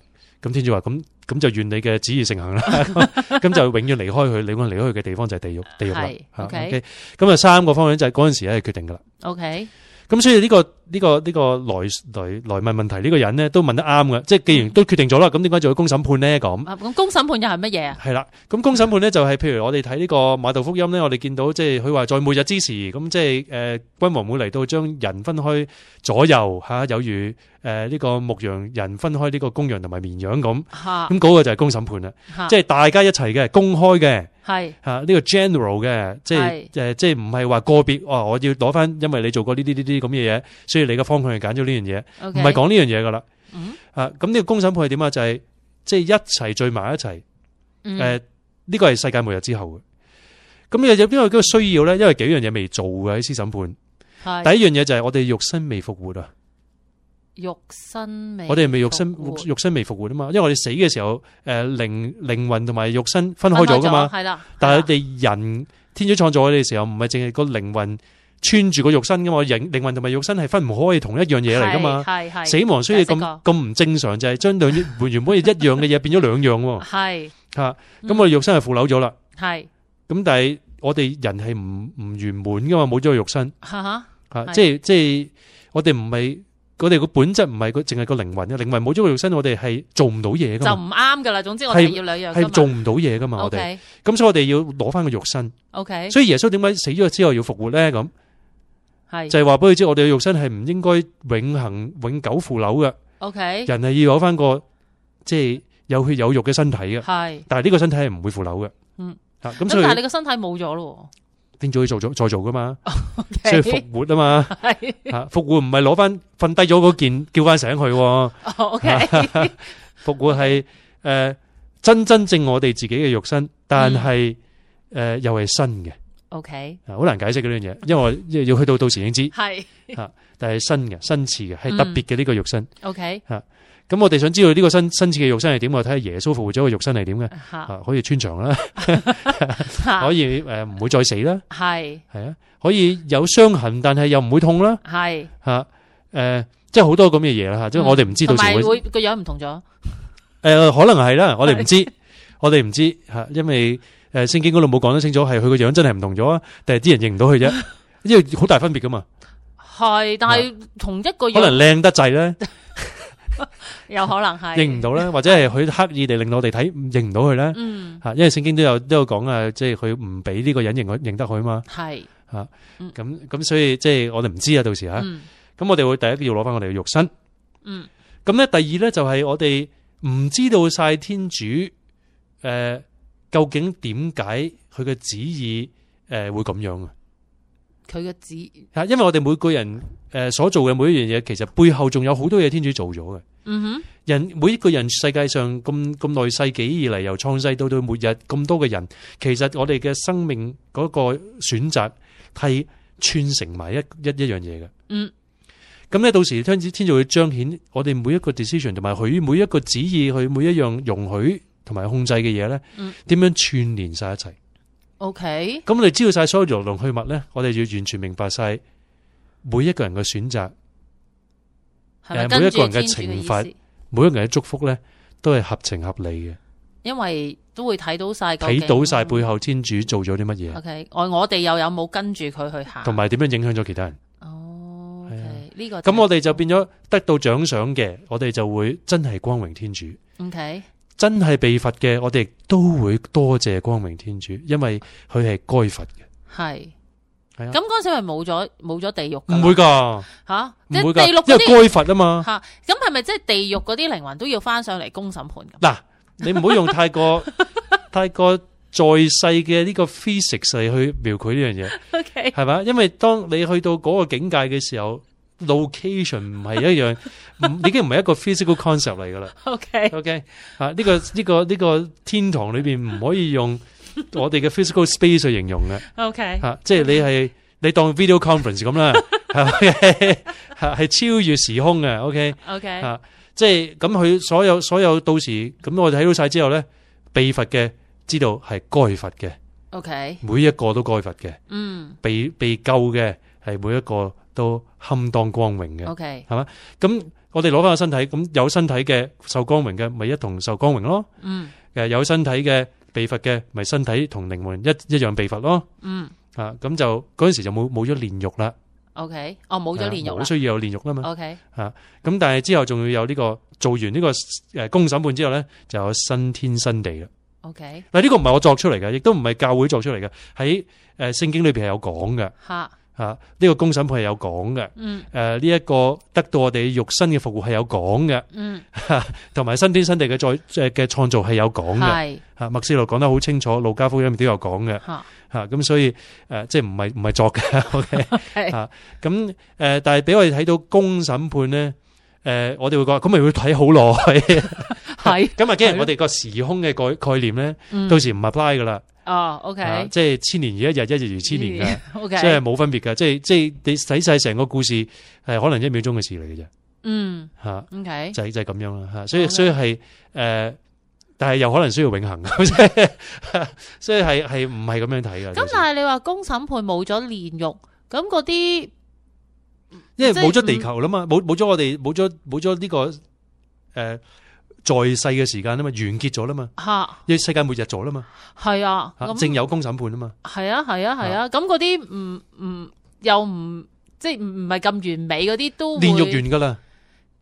Speaker 5: 咁天主話：咁咁就願你嘅旨意成 行啦。咁就永遠離開佢，你永遠離開佢嘅地方就係地獄，地獄啦
Speaker 4: 係。
Speaker 5: 嚇
Speaker 4: OK
Speaker 5: OK，咁啊三個方向就係嗰陣時咧係決定噶啦。
Speaker 4: OK，
Speaker 5: 咁所以呢、個呢、個呢、個來來來問問題呢個人咧都問得啱嘅，即係既然都決定咗啦，咁點解仲要公審判咧？咁
Speaker 4: 啊咁公審判又係乜嘢啊？
Speaker 5: 係啦，咁公審判咧就係譬如我哋睇呢個馬道福音咧，我哋見到即係佢話在末日之時，咁即係誒君王會嚟到將人分開左右嚇、有如誒呢個牧羊人分開呢個公羊同埋綿羊咁，
Speaker 4: 吓
Speaker 5: 咁嗰個就係公審判啦，
Speaker 4: 吓，
Speaker 5: 即係大家一齊嘅公開嘅。
Speaker 4: 係
Speaker 5: 吓呢個 general 嘅，即係誒，即係唔係話個別哦，我要攞翻，因為你做過呢啲呢啲咁嘅嘢，所以你嘅方向係揀咗呢樣嘢，唔
Speaker 4: OK，
Speaker 5: 係講呢樣嘢噶啦
Speaker 4: 嗯。
Speaker 5: 啊，咁呢個公審判係點啊？就係即係一齊聚埋一齊，
Speaker 4: 嗯
Speaker 5: 誒，呃呢個係世界末日之後嘅。咁有有邊個需要咧？因為幾樣嘢未做嘅喺私審判。
Speaker 4: 係
Speaker 5: 第一樣嘢就係我哋肉身未復活啊！
Speaker 4: 肉身未，
Speaker 5: 我哋未肉身
Speaker 4: 復活
Speaker 5: 肉身未復活啊嘛，因為我哋死嘅時候，誒靈靈魂同埋肉身分開咗噶嘛。
Speaker 4: 係啊啦，
Speaker 5: 但
Speaker 4: 係啦
Speaker 5: 係你人天主創造我哋嘅時候，唔係淨係個靈魂穿住個肉身噶嘛，靈靈魂同埋肉身係分唔開同一樣嘢嚟噶嘛。
Speaker 4: 係係
Speaker 5: 死亡所以
Speaker 4: 解釋
Speaker 5: 咁咁唔正常，就係將兩樣原本係一樣嘅嘢變咗兩樣 喎。
Speaker 4: 係
Speaker 5: 吓，
Speaker 4: 嗯
Speaker 5: 咁我哋肉身係腐朽咗啦。
Speaker 4: 係
Speaker 5: 咁但係我哋人係唔唔圓滿噶嘛，冇咗個肉身
Speaker 4: 吓吓
Speaker 5: 吓，
Speaker 4: 係
Speaker 5: 即係即係我哋唔係我哋個本質唔係個淨係個靈魂嘅，靈魂冇咗個肉身，我哋係做唔到嘢
Speaker 4: 就
Speaker 5: 噶嘛，
Speaker 4: 唔啱噶啦。總之我哋要兩樣㗎嘛
Speaker 5: 係做唔到嘢噶嘛，我哋
Speaker 4: OK
Speaker 5: 咁所以我哋要攞翻個肉身。
Speaker 4: OK
Speaker 5: 所以耶穌點解死咗之後要復活咧？咁
Speaker 4: 係
Speaker 5: 就係話俾佢知，我哋嘅肉身係唔應該永恒永久腐朽
Speaker 4: OK
Speaker 5: 嘅，人係要有翻個即係有血有肉嘅身體嘅。
Speaker 4: 係
Speaker 5: 但係呢個身體係唔會腐朽嘅。
Speaker 4: 嗯，
Speaker 5: 吓咁
Speaker 4: 咁，
Speaker 5: 所
Speaker 4: 但係你
Speaker 5: 以
Speaker 4: 個身體冇咗咯
Speaker 5: 天主要做咗再做噶嘛，所以
Speaker 4: 喎，
Speaker 5: 復活啊嘛，
Speaker 4: 係
Speaker 5: 吓復活唔係攞翻瞓低咗嗰件叫翻醒佢喎，
Speaker 4: 哦 OK
Speaker 5: 復活係诶真真正我哋自己嘅肉身，但係诶又係新嘅，
Speaker 4: OK
Speaker 5: 啊好難解釋嘅呢樣嘢，因為我因為要去到到時先知，
Speaker 4: 係
Speaker 5: 但係新嘅新次嘅係特別嘅呢個肉身。
Speaker 4: OK
Speaker 5: 咁我哋想知道呢個新新次嘅肉身係點，我睇下耶穌復活咗個肉身係點嘅，
Speaker 4: 吓
Speaker 5: 啊，可以穿牆啦，
Speaker 4: 吓
Speaker 5: 可以诶唔會再死啦，
Speaker 4: 係
Speaker 5: 係啊，可以有傷痕，但係又唔會痛啦，
Speaker 4: 係
Speaker 5: 吓，诶，即係好多咁嘅嘢啦吓，即係我哋唔知道
Speaker 4: 同埋
Speaker 5: 時會
Speaker 4: 會個樣唔同咗，
Speaker 5: 诶，可能係啦，我哋唔知， 我哋唔知吓，因為诶聖經嗰度冇講得清楚，係佢個樣真係唔同咗啊，定係啲人認唔到佢啫，因為好大分別 噶嘛，
Speaker 4: 係但係同一個
Speaker 5: 可能
Speaker 4: 樣
Speaker 5: 靚得滯咧，
Speaker 4: 有可 能係
Speaker 5: 認唔到咧，或者係佢刻意地令到我哋睇認唔到佢咧。
Speaker 4: 嗯
Speaker 5: 吓，因為聖經都有都有講啊，即係佢唔俾呢個人認佢認得佢嘛，
Speaker 4: 係
Speaker 5: 咁咁所以即係我哋唔知啊，到時吓，咁、
Speaker 4: 嗯
Speaker 5: 我哋會第一要攞翻我哋嘅肉身，
Speaker 4: 嗯
Speaker 5: 咁咧第二咧就係我哋唔知道晒天主誒、呃究竟點解佢嘅旨意誒、呃、會咁樣啊？
Speaker 4: 佢嘅指
Speaker 5: 吓，因為我哋每個人誒、呃所做嘅每一樣嘢，其實背後仲有好多嘢天主做咗嘅。
Speaker 4: 嗯
Speaker 5: 人每一個人世界上咁咁耐世紀以嚟，由創世到到末日咁多嘅人，其實我哋嘅生命嗰個選擇係串成埋一一一樣嘢嘅。
Speaker 4: 嗯，
Speaker 5: 咁咧到時天主天就會彰顯我哋每一個 decision 同埋佢每一個旨意，佢每一樣容許同埋控制嘅嘢咧
Speaker 4: 嗯，
Speaker 5: 點樣串連晒一齊。
Speaker 4: 哼 OK
Speaker 5: 咁我哋知道晒所有來龍去脈咧，我哋要完全明白晒每一個人嘅選擇，
Speaker 4: 係咪
Speaker 5: 誒
Speaker 4: 跟
Speaker 5: 每一
Speaker 4: 住
Speaker 5: 個人嘅
Speaker 4: 天主嘅
Speaker 5: 懲
Speaker 4: 意
Speaker 5: 罰
Speaker 4: 思
Speaker 5: 每一個人嘅祝福咧，都係合情合理嘅。
Speaker 4: 因為都會睇到晒究竟，嗯
Speaker 5: 睇到晒背後天主做咗啲乜嘢，
Speaker 4: OK，我我哋又有冇跟住佢去行？
Speaker 5: 同埋點樣影響咗其他人。
Speaker 4: 哦
Speaker 5: 係啊
Speaker 4: ，OK，呢個
Speaker 5: 咁我哋就變咗得到獎賞嘅，我哋就會真係光榮天主；
Speaker 4: OK
Speaker 5: 真係被罰嘅，我哋都會多謝光榮天主，因為佢係該罰嘅，
Speaker 4: 係。
Speaker 5: 係啊
Speaker 4: 咁嗰陣時咪冇咗冇咗地獄㗎啦
Speaker 5: 唔會㗎，
Speaker 4: 吓，即
Speaker 5: 唔
Speaker 4: 係
Speaker 5: 會
Speaker 4: 地
Speaker 5: 㗎，
Speaker 4: 獄嗰
Speaker 5: 因
Speaker 4: 啲
Speaker 5: 為該罰啊嘛。
Speaker 4: 吓，咁係咪即係地獄嗰啲靈魂都要翻上嚟公審判咁？
Speaker 5: 嗱，你唔好用 太過太過在世嘅呢個 physics 嚟去描繪呢樣嘢。
Speaker 4: OK，
Speaker 5: 系咪？因為當你去到嗰個境界嘅時候，location 唔係一樣，唔已經唔係一個 physical concept 嚟噶啦。
Speaker 4: OK，
Speaker 5: OK，啊呢、個呢、個呢、個天堂裏边唔可以 用我哋嘅 physical space 去形容嘅，
Speaker 4: OK，
Speaker 5: 吓、即係你係你當 video conference 咁 啦，係係超越時空嘅。OK，
Speaker 4: OK，
Speaker 5: 啊，即係咁佢所有所有到時咁我哋睇到晒之後咧，被罰嘅知道係該罰嘅。
Speaker 4: ，OK，
Speaker 5: 每一個都該罰嘅，
Speaker 4: 嗯
Speaker 5: 被被救嘅係每一個都堪當光榮嘅。
Speaker 4: ，OK，
Speaker 5: 咁我哋攞翻個身體，咁有身體嘅受光榮嘅，咪一同受光榮咯。
Speaker 4: 嗯
Speaker 5: 誒有身體嘅被罰嘅，咪身體同靈魂一一樣被罰咯。
Speaker 4: 嗯
Speaker 5: 啊，咁就嗰陣時就冇冇咗煉獄啦，啊
Speaker 4: ，OK，哦，冇咗煉獄
Speaker 5: 冇
Speaker 4: 啦哦
Speaker 5: 需要有煉獄啦嘛。
Speaker 4: ，OK，
Speaker 5: 咁但係之後仲要有呢、個做完呢個誒公審判之後咧，就有新天新地啦。
Speaker 4: OK，
Speaker 5: 嗱，呢個唔係我作出嚟嘅，亦都唔係教會作出嚟嘅，喺誒聖經裏邊係有講嘅
Speaker 4: 吓，
Speaker 5: 嚇。呢、個公審判係有講嘅，
Speaker 4: 嗯
Speaker 5: 誒呢一個得到我哋肉身嘅復活係有講嘅，
Speaker 4: 嗯，
Speaker 5: 同埋新天新地嘅再誒嘅創造係有講嘅
Speaker 4: 係
Speaker 5: 嚇。麥斯路講得好清楚，路加福音亦都有講嘅
Speaker 4: 吓，
Speaker 5: 嚇。咁所以誒、即係唔係唔係作嘅 ，OK。
Speaker 4: 係
Speaker 5: 咁誒、呃但係俾我哋睇到公審判咧，誒、我哋會覺得咁咪會睇好耐，
Speaker 4: 係，
Speaker 5: 咁啊，既然
Speaker 4: 係
Speaker 5: 我哋個時空嘅概概念咧，
Speaker 4: 嗯
Speaker 5: 到時唔 apply 噶啦，
Speaker 4: 哦，OK，
Speaker 5: 啊即係千年如一日，一日如千年 噶，
Speaker 4: ，OK，
Speaker 5: 即係冇分別噶，即係即係你睇晒成個故事，係可能一秒鐘嘅事嚟嘅啫，
Speaker 4: 嗯
Speaker 5: 吓
Speaker 4: ，OK，
Speaker 5: 就係就係咁樣啦，吓，所以
Speaker 4: OK
Speaker 5: 所以係誒，但係又可能需要永恒， 即係所以係係唔係咁樣睇噶，
Speaker 4: 咁但係你話公審判冇咗煉獄，咁嗰啲
Speaker 5: 因為冇
Speaker 4: 即係
Speaker 5: 咗
Speaker 4: 唔
Speaker 5: 地球啦嘛，冇冇咗我哋冇咗冇咗呢個誒在世嘅時間啊嘛，完結咗啦嘛，
Speaker 4: 吓
Speaker 5: 因為世界末日咗啦嘛，
Speaker 4: 係啊，
Speaker 5: 吓
Speaker 4: 咁
Speaker 5: 正有公審判啊嘛。
Speaker 4: 係啊係啊係啊，咁嗰啲唔唔又唔即係唔唔係咁完美嗰啲都會
Speaker 5: 炼獄完噶啦，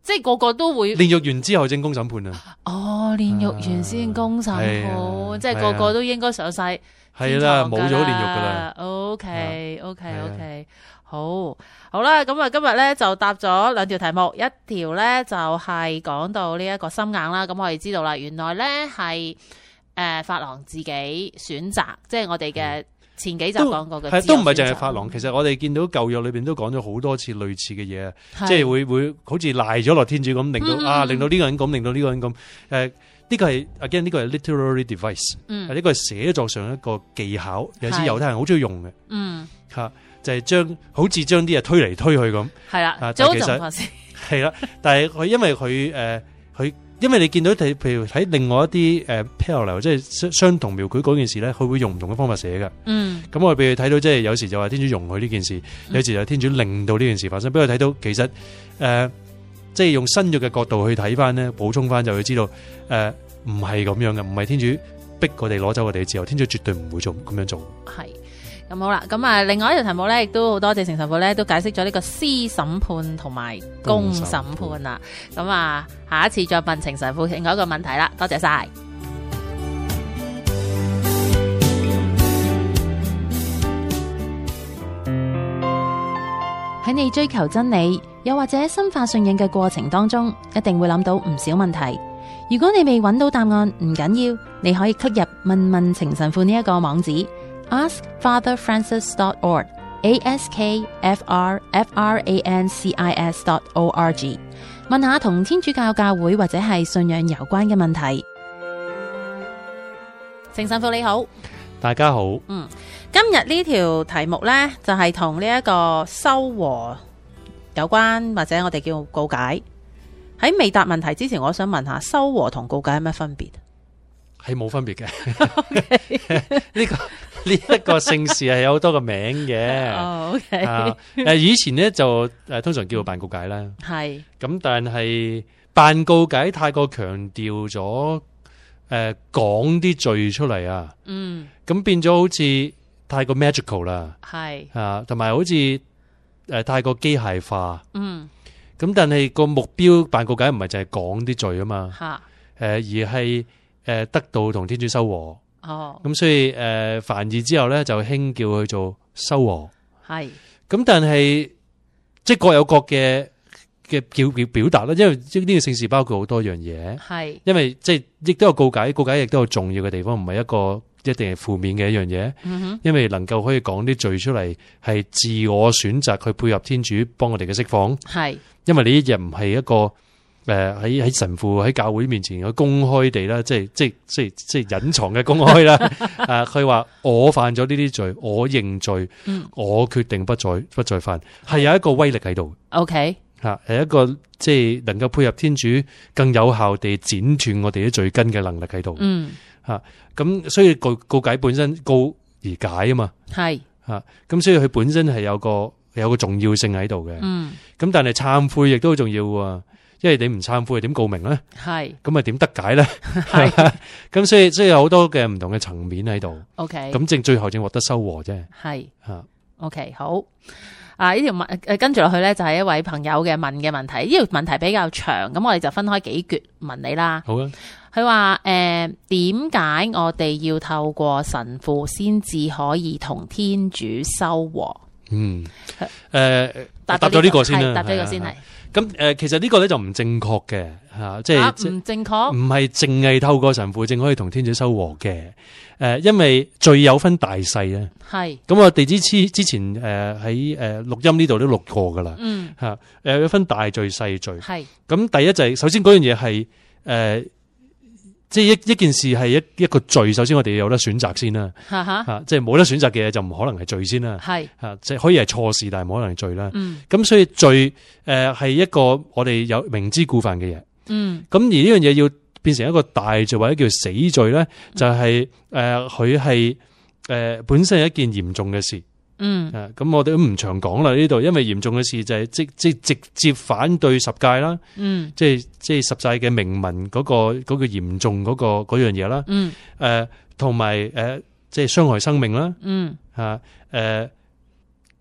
Speaker 4: 即係個個都會
Speaker 5: 炼獄完之後正公審判啊，
Speaker 4: 哦，煉獄完先公審
Speaker 5: 係啊
Speaker 4: 判，即係個
Speaker 5: 係啊
Speaker 4: 個都應該上晒
Speaker 5: 係啦，冇咗炼獄噶啦，。
Speaker 4: O K O K
Speaker 5: 係啊
Speaker 4: O K，好好啦，咁啊今日咧就答咗兩條題目，一條咧就係講到呢一個心硬啦。咁我哋知道啦，原來咧係誒法郎自己選擇，即係我哋嘅前幾集
Speaker 5: 嗯都
Speaker 4: 講過嘅自由選擇，
Speaker 5: 係都唔係淨係法郎，其實我哋見到舊約裏边都講咗好多次類似嘅嘢，啊
Speaker 4: 係
Speaker 5: 即係會會好似賴咗落天主咁，令
Speaker 4: 嗯嗯
Speaker 5: 到啊，
Speaker 4: 嗯
Speaker 5: 令到呢個人咁，令到呢個人咁，诶，呢個係 again 呢個係 literary device，啊
Speaker 4: 嗯
Speaker 5: 呢個係寫作上一個技巧，有啲
Speaker 4: 係
Speaker 5: 猶太人好中意用嘅
Speaker 4: 嗯
Speaker 5: 吓，啊就係將好似將啲嘢推嚟推去咁。
Speaker 4: 係啦，
Speaker 5: 啊
Speaker 4: 早
Speaker 5: 但其實
Speaker 4: 就先
Speaker 5: 系啦，但系佢因為佢诶佢，因為你見到睇，譬如睇另外一啲诶 parallel，即係相相同描繪嗰件事咧，佢會用唔同嘅方法寫嘅。
Speaker 4: 嗯
Speaker 5: 咁我哋譬如睇到，即係有時就話天主容許呢件事，有時就天主令到呢件事發生。俾我睇到，其實诶、呃即係用新約嘅角度去睇翻咧，補充翻就會知道诶唔係咁樣嘅，唔係天主逼我哋攞走我哋嘅自由，天主絕對唔會做咁樣做。
Speaker 4: 系。咁好啦，咁啊，另外一條題目咧，亦都好多謝程神父咧，都解釋咗呢個私審判同埋公審判啦。咁啊，下一次再問程神父另外一個問題啦。多謝晒。喺你追求真理，又或者深化信仰嘅過程當中，一定會諗到唔少問題。如果你未揾到答案，唔緊要，你可以 click 入問問情神父呢一個網址 askfatherfrancis.org a s k f r f r a n c i s dot o r g 問下同天主教教會或者係信仰有關嘅問題。情神父你好，
Speaker 5: 大家好，
Speaker 4: 今日呢條題目呢，就係同呢一個修和有關，或者我哋叫告解。喺未答問題之前，我想問下修和同告解有咩分別？
Speaker 5: 係冇分別嘅。呢個呢一個姓氏係有好多個名嘅。
Speaker 4: 哦，OK，
Speaker 5: 啊，誒以前咧就誒通常叫做辦告解啦，
Speaker 4: 係
Speaker 5: 咁但係辦告解太過強調咗誒講啲罪出嚟啊，
Speaker 4: 嗯
Speaker 5: 咁變咗好似太過 magical 啦，
Speaker 4: 係
Speaker 5: 啊，同埋好似誒太過機械化，
Speaker 4: 嗯
Speaker 5: 咁但係個目標辦告解唔係淨係講啲罪啊嘛，
Speaker 4: 吓
Speaker 5: 誒而係誒得到同天主修和，
Speaker 4: 哦
Speaker 5: 咁所以誒梵二之後咧就興叫佢做修和。
Speaker 4: 係
Speaker 5: 咁但系即系各有各嘅嘅表表表達啦，因為呢個姓氏包括好多樣嘢，
Speaker 4: 係
Speaker 5: 因為即系亦都有告解，告解亦都有重要嘅地方，唔係一個一定係負面嘅一樣嘢，
Speaker 4: 嗯哼
Speaker 5: 因為能夠可以講啲罪出嚟，係自我選擇去配合天主幫我哋嘅釋放，
Speaker 4: 係
Speaker 5: 因為你一日唔係一個。诶喺喺神父喺教會面前嘅公開地啦，即係即係即係即係隱藏嘅公開啦。诶，佢話我犯咗呢啲罪，我認罪，
Speaker 4: 嗯
Speaker 5: 我決定不再不再犯，係有一個威力喺度
Speaker 4: OK
Speaker 5: 吓，係一個即係能夠配合天主更有效地剪斷我哋啲罪根嘅能力喺度。
Speaker 4: 嗯
Speaker 5: 咁所以告告解本身告而解啊嘛。
Speaker 4: 系，
Speaker 5: 咁所以佢本身係有個有個重要性喺度嘅。咁、
Speaker 4: 嗯，
Speaker 5: 但係懺悔亦都好重要喎，因為你唔懺悔點告明咧？
Speaker 4: 系
Speaker 5: 咁咪點得解咧？
Speaker 4: 係
Speaker 5: 咁所以即係有好多嘅唔同嘅層面喺度，
Speaker 4: ，OK，
Speaker 5: 咁正最後正獲得收穫啫。
Speaker 4: 系
Speaker 5: 嚇
Speaker 4: ，OK，好。啊！呢條問誒跟住落去咧，就係一位朋友嘅問嘅問題。呢條問題比較長，咁我哋就分開幾橛問你啦。
Speaker 5: 好啊，
Speaker 4: 佢話：誒呃點解我哋要透過神父先至可以同天主修和？
Speaker 5: 嗯，誒，答
Speaker 4: 咗
Speaker 5: 咗呢個先
Speaker 4: 係
Speaker 5: 啦，
Speaker 4: 答咗呢個
Speaker 5: 係
Speaker 4: 先係。
Speaker 5: 咁誒，其實呢個咧就唔正確嘅嚇，即係嗯
Speaker 4: 啊
Speaker 5: 即
Speaker 4: 唔正確，
Speaker 5: 唔係淨係透過神父正可以同天主修和嘅。誒，因為罪有分大細啊。
Speaker 4: 係
Speaker 5: 咁我哋之之之前誒喺誒錄音呢度都錄過噶啦
Speaker 4: 嗯
Speaker 5: 嚇，誒有分大罪細罪。
Speaker 4: 係
Speaker 5: 咁第一就係、首先嗰樣嘢係誒，即係一一件事係一一個罪，首先我哋有得選擇先啦
Speaker 4: 哈哈
Speaker 5: 嚇、即係冇得選擇嘅嘢就唔可能係罪先啦
Speaker 4: 係
Speaker 5: 嚇、即係可以係錯事，但係唔可能係罪啦。
Speaker 4: 啊嗯
Speaker 5: 咁、所以罪誒呃係、一個我哋有明知故犯嘅嘢。
Speaker 4: 嗯
Speaker 5: 咁而呢樣嘢要變成一個大罪或者叫死罪咧，
Speaker 4: 嗯
Speaker 5: 就係誒佢係誒本身係一件嚴重嘅事。
Speaker 4: 嗯
Speaker 5: 啊，咁我哋都唔長講啦呢度，因為嚴重嘅事就係即即直接反對十戒啦，
Speaker 4: 嗯
Speaker 5: 即係即係十戒嘅明文嗰、個嗰、個嚴重嗰、個嗰樣嘢啦，
Speaker 4: 嗯
Speaker 5: 誒同埋誒即係傷害生命啦，
Speaker 4: 嗯
Speaker 5: 嚇、誒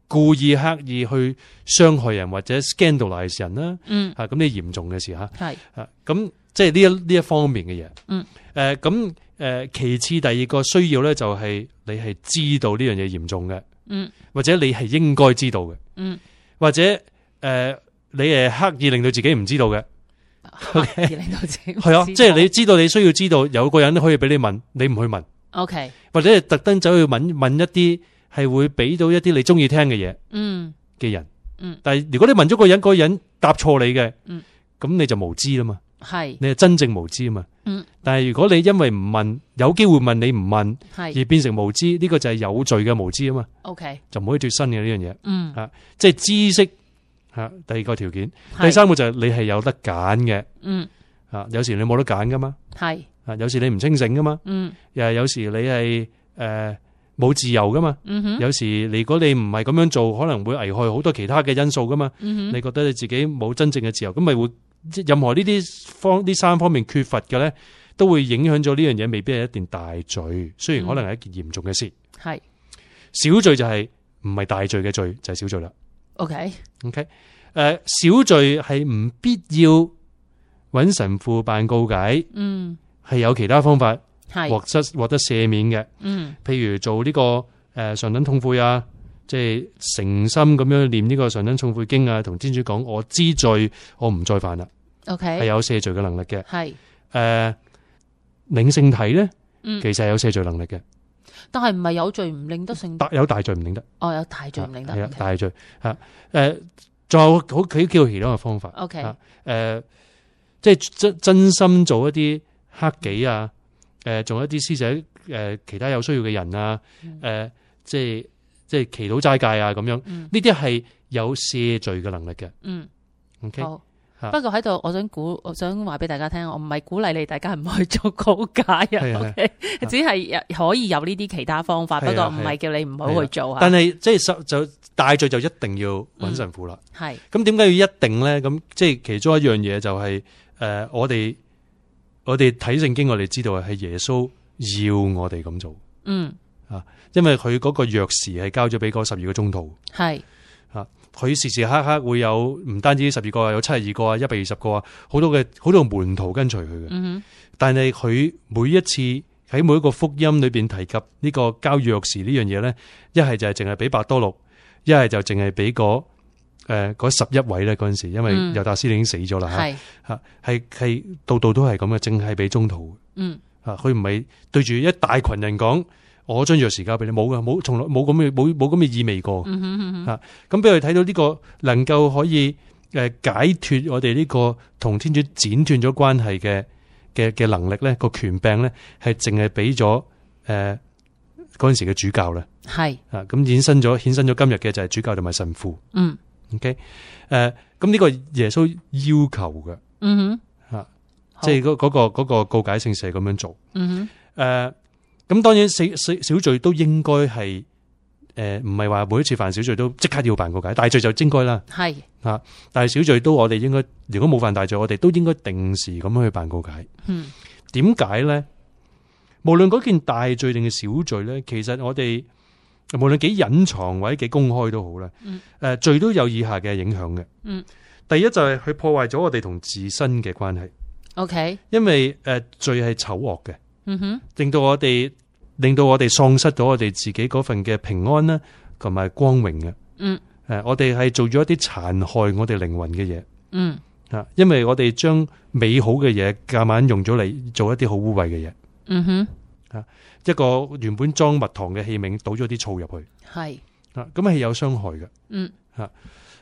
Speaker 5: 故意刻意去傷害人或者 scandalize 人啦，啊
Speaker 4: 嗯
Speaker 5: 嚇咁呢啲嚴重嘅事嚇，
Speaker 4: 係
Speaker 5: 啊咁即係呢一呢一方面嘅嘢，
Speaker 4: 嗯
Speaker 5: 誒咁誒其次第二個需要咧就係你係知道呢樣嘢嚴重嘅。
Speaker 4: 嗯
Speaker 5: 或者你係應該知道嘅，
Speaker 4: 嗯，
Speaker 5: 或者誒、呃你係刻意令到自己唔知道嘅，
Speaker 4: 而令到自己
Speaker 5: 係啊，即係你知道你需要知道有個人可以俾你問，你唔去問，
Speaker 4: OK
Speaker 5: 或者係特登走去問問一啲係會俾到一啲你中意聽嘅嘢
Speaker 4: 嗯
Speaker 5: 嘅人，
Speaker 4: 嗯
Speaker 5: 但係如果你問咗個人，嗰個人答錯你嘅，
Speaker 4: 嗯，
Speaker 5: 咁你就無知啦嘛，
Speaker 4: 係
Speaker 5: 你係真正無知啊嘛，
Speaker 4: 嗯，
Speaker 5: 但係如果你因為唔問，有機會問你唔問而
Speaker 4: 係
Speaker 5: 變成無知，呢、個就係有罪嘅無知啊嘛，
Speaker 4: OK
Speaker 5: 就唔可以脱身嘅呢樣嘢。
Speaker 4: 嗯
Speaker 5: 即係知識吓，第二個條件，
Speaker 4: 係
Speaker 5: 第三個就係你係有得揀嘅
Speaker 4: 嗯
Speaker 5: 吓，有時你冇得揀噶嘛，
Speaker 4: 係
Speaker 5: 啊，有時你唔清醒噶嘛，
Speaker 4: 嗯
Speaker 5: 又係有時你係诶冇自由噶嘛，
Speaker 4: 嗯哼
Speaker 5: 有時如果你唔係咁樣做，可能會危害好多其他嘅因素噶嘛，
Speaker 4: 嗯哼
Speaker 5: 你覺得你自己冇真正嘅自由，咁咪會即任何呢啲方呢三方面缺乏嘅咧，都會影響咗呢樣嘢，未必係一件大罪，
Speaker 4: 嗯
Speaker 5: 雖然可能係一件嚴重嘅事，
Speaker 4: 係
Speaker 5: 小罪就係唔係大罪嘅罪，就係小罪啦。
Speaker 4: OK
Speaker 5: OK，誒、小罪係唔必要揾神父辦告解，
Speaker 4: 嗯
Speaker 5: 係有其他方法
Speaker 4: 係
Speaker 5: 獲得獲得赦免嘅，
Speaker 4: 嗯
Speaker 5: 譬如做呢、個誒、上等痛悔啊，即係誠心咁樣念呢個上等痛悔經啊，同天主講我知罪，我唔再犯啦，係啊
Speaker 4: OK
Speaker 5: 有赦罪嘅能力嘅。誒、
Speaker 4: 係
Speaker 5: 領性體咧，
Speaker 4: 嗯
Speaker 5: 其實係有赦罪能力嘅，
Speaker 4: 但係唔係有罪唔令得聖
Speaker 5: 大有大罪唔領得，
Speaker 4: 哦有大罪唔令得
Speaker 5: 係啊
Speaker 4: OK
Speaker 5: 大罪嚇誒，呃仲、有好佢叫其他嘅方法。
Speaker 4: OK
Speaker 5: 啊誒、即係真真心做一啲黑己啊，誒、仲有一啲施舍誒、其他有需要嘅人啊，誒、即係即係祈禱齋戒啊咁樣，
Speaker 4: 嗯
Speaker 5: 呢啲係有赦罪嘅能力嘅。
Speaker 4: 嗯
Speaker 5: OK，
Speaker 4: 好。
Speaker 5: 嚇
Speaker 4: 不過喺度，我想鼓，我想話俾大家聽，我唔係鼓勵你大家唔去做告解
Speaker 5: 係
Speaker 4: 啊
Speaker 5: 啊
Speaker 4: ，OK，只係有可以有呢啲其他方法，
Speaker 5: 係
Speaker 4: 不
Speaker 5: 啊
Speaker 4: 過唔係叫你唔好去做啊
Speaker 5: 但
Speaker 4: 嚇。
Speaker 5: 係即係十就大罪就一定要揾神父啦。
Speaker 4: 係
Speaker 5: 咁點解要一定咧？咁即係其中一樣嘢就係、呃我哋我哋睇聖經，我哋知道係耶穌要我哋咁做，
Speaker 4: 嗯，
Speaker 5: 因為佢嗰個約時係交咗俾嗰十二個宗徒。
Speaker 4: 係
Speaker 5: 佢時時刻刻會有唔單止十二個啊，有七十二個啊，一百二十個啊，好多嘅好多門徒跟隨佢嘅。
Speaker 4: 嗯
Speaker 5: 但係佢每一次喺每一個福音裏邊提及呢個交約時呢樣嘢咧，一係就係淨係俾伯多禄，一係就淨係俾嗰誒嗰十一位咧嗰陣時，因為
Speaker 4: 嗯
Speaker 5: 猶達斯已經死咗啦
Speaker 4: 哼，
Speaker 5: 嚇
Speaker 4: 係
Speaker 5: 嚇，係係度度都係咁嘅，淨係俾中途
Speaker 4: 嗯
Speaker 5: 啊，佢唔係對住一大群人講我將約時交俾你，冇嘅，冇從來冇咁嘅冇冇咁嘅意味過。
Speaker 4: 嗯哼嗯哼
Speaker 5: 咁俾佢睇到呢個能夠可以誒解脱我哋呢個同天主剪斷咗關係嘅嘅嘅能力咧，個權柄咧係淨係俾咗誒嗰陣時嘅主教咧
Speaker 4: 係
Speaker 5: 啊，咁衍生咗衍生咗今日嘅就係主教同埋神父
Speaker 4: 嗯
Speaker 5: ，OK 誒，咁呢個耶穌要求嘅，
Speaker 4: 嗯哼
Speaker 5: 即係嗰嗰個嗰個告解聖事係咁樣做。
Speaker 4: 嗯
Speaker 5: 誒咁當然小小小罪都應該係誒，唔係話每一次犯小罪都即刻要辦告解，大罪就應該啦。
Speaker 4: 系，
Speaker 5: 但係小罪都我哋應該，如果冇犯大罪，我哋都應該定時咁樣去辦告解。
Speaker 4: 嗯，
Speaker 5: 點解咧？無論嗰件大罪定係小罪咧，其實我哋無論幾隱藏或者幾公開都好啦，誒、
Speaker 4: 嗯
Speaker 5: 罪都有以下嘅影響嘅。
Speaker 4: 嗯，
Speaker 5: 第一就係佢破壞咗我哋同自身嘅關係，
Speaker 4: ，OK，
Speaker 5: 因為誒、罪係醜惡嘅。
Speaker 4: 嗯哼，
Speaker 5: 令到我哋令到我哋喪失咗我哋自己嗰份嘅平安啦，同埋光榮嘅。
Speaker 4: 嗯，
Speaker 5: 诶，我哋係做咗一啲殘害我哋靈魂嘅嘢
Speaker 4: 嗯
Speaker 5: 啊，因為我哋將美好嘅嘢夾硬用咗嚟做一啲好污穢嘅嘢。
Speaker 4: 嗯哼，
Speaker 5: 一個原本裝蜜糖嘅器皿倒咗啲醋入去
Speaker 4: 係，
Speaker 5: 啊，咁係有傷害嘅。
Speaker 4: 嗯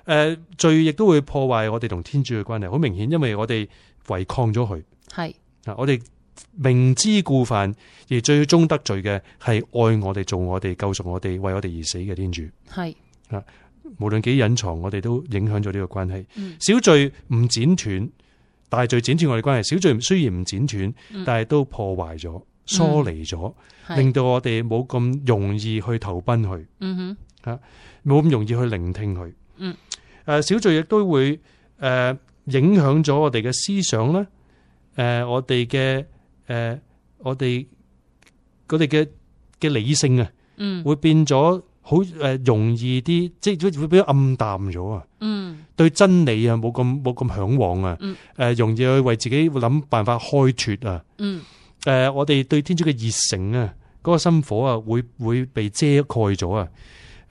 Speaker 5: 诶、罪亦都會破壞我哋同天主嘅關係，好明顯，因為我哋違抗咗佢
Speaker 4: 係，
Speaker 5: 啊，我哋明知故犯，而最終得罪嘅係愛我哋、做我哋、救贖我哋、為我哋而死嘅天主。
Speaker 4: 係，
Speaker 5: 無論幾隱藏，我哋都影響咗呢個關係。
Speaker 4: 嗯
Speaker 5: 小罪唔剪斷，大罪剪斷我哋關係。小罪雖然唔剪斷，
Speaker 4: 嗯
Speaker 5: 但係都破壞咗、疏離咗，令
Speaker 4: 係，
Speaker 5: 到我哋冇咁容易去投奔佢，
Speaker 4: 嗯哼，
Speaker 5: 冇咁容易去聆聽佢。
Speaker 4: 嗯
Speaker 5: 誒小罪亦都會誒、呃影響咗我哋嘅思想啦。誒、我哋嘅誒我哋我哋嘅嘅理性啊，
Speaker 4: 嗯
Speaker 5: 會變咗好誒容易啲，即係會變咗暗淡咗啊。
Speaker 4: 嗯
Speaker 5: 對真理啊冇咁冇咁向往啊，誒、
Speaker 4: 嗯
Speaker 5: 容易去為自己諗辦法開脱啊，
Speaker 4: 嗯
Speaker 5: 誒、我哋對天主嘅熱誠啊，嗰、個心火啊，會會被遮蓋咗啊，誒、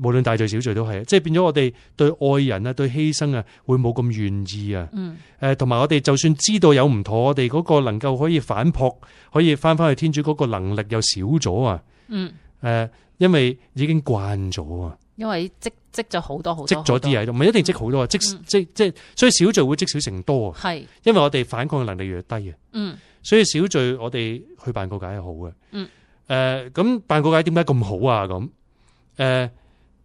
Speaker 5: 無論大罪小罪都係，即係變咗我哋對愛人啊、對犧牲啊，會冇咁願意啊，
Speaker 4: 嗯
Speaker 5: 誒同埋我哋就算知道有唔妥，我哋嗰個能夠可以反撲，可以翻返去天主嗰個能力又少咗啊，
Speaker 4: 嗯，
Speaker 5: 誒、因為已經慣咗啊。
Speaker 4: 因為積積咗好多好多，
Speaker 5: 積咗啲嘢喺度，唔係一定積好多啊！積
Speaker 4: 嗯
Speaker 5: 即即所以小罪會積少成多啊！
Speaker 4: 係，
Speaker 5: 因為我哋反抗嘅能力越嚟越低啊，
Speaker 4: 嗯
Speaker 5: 所以小罪我哋去辦告解係好嘅。
Speaker 4: 嗯，
Speaker 5: 誒咁辦告解點解咁好啊？咁誒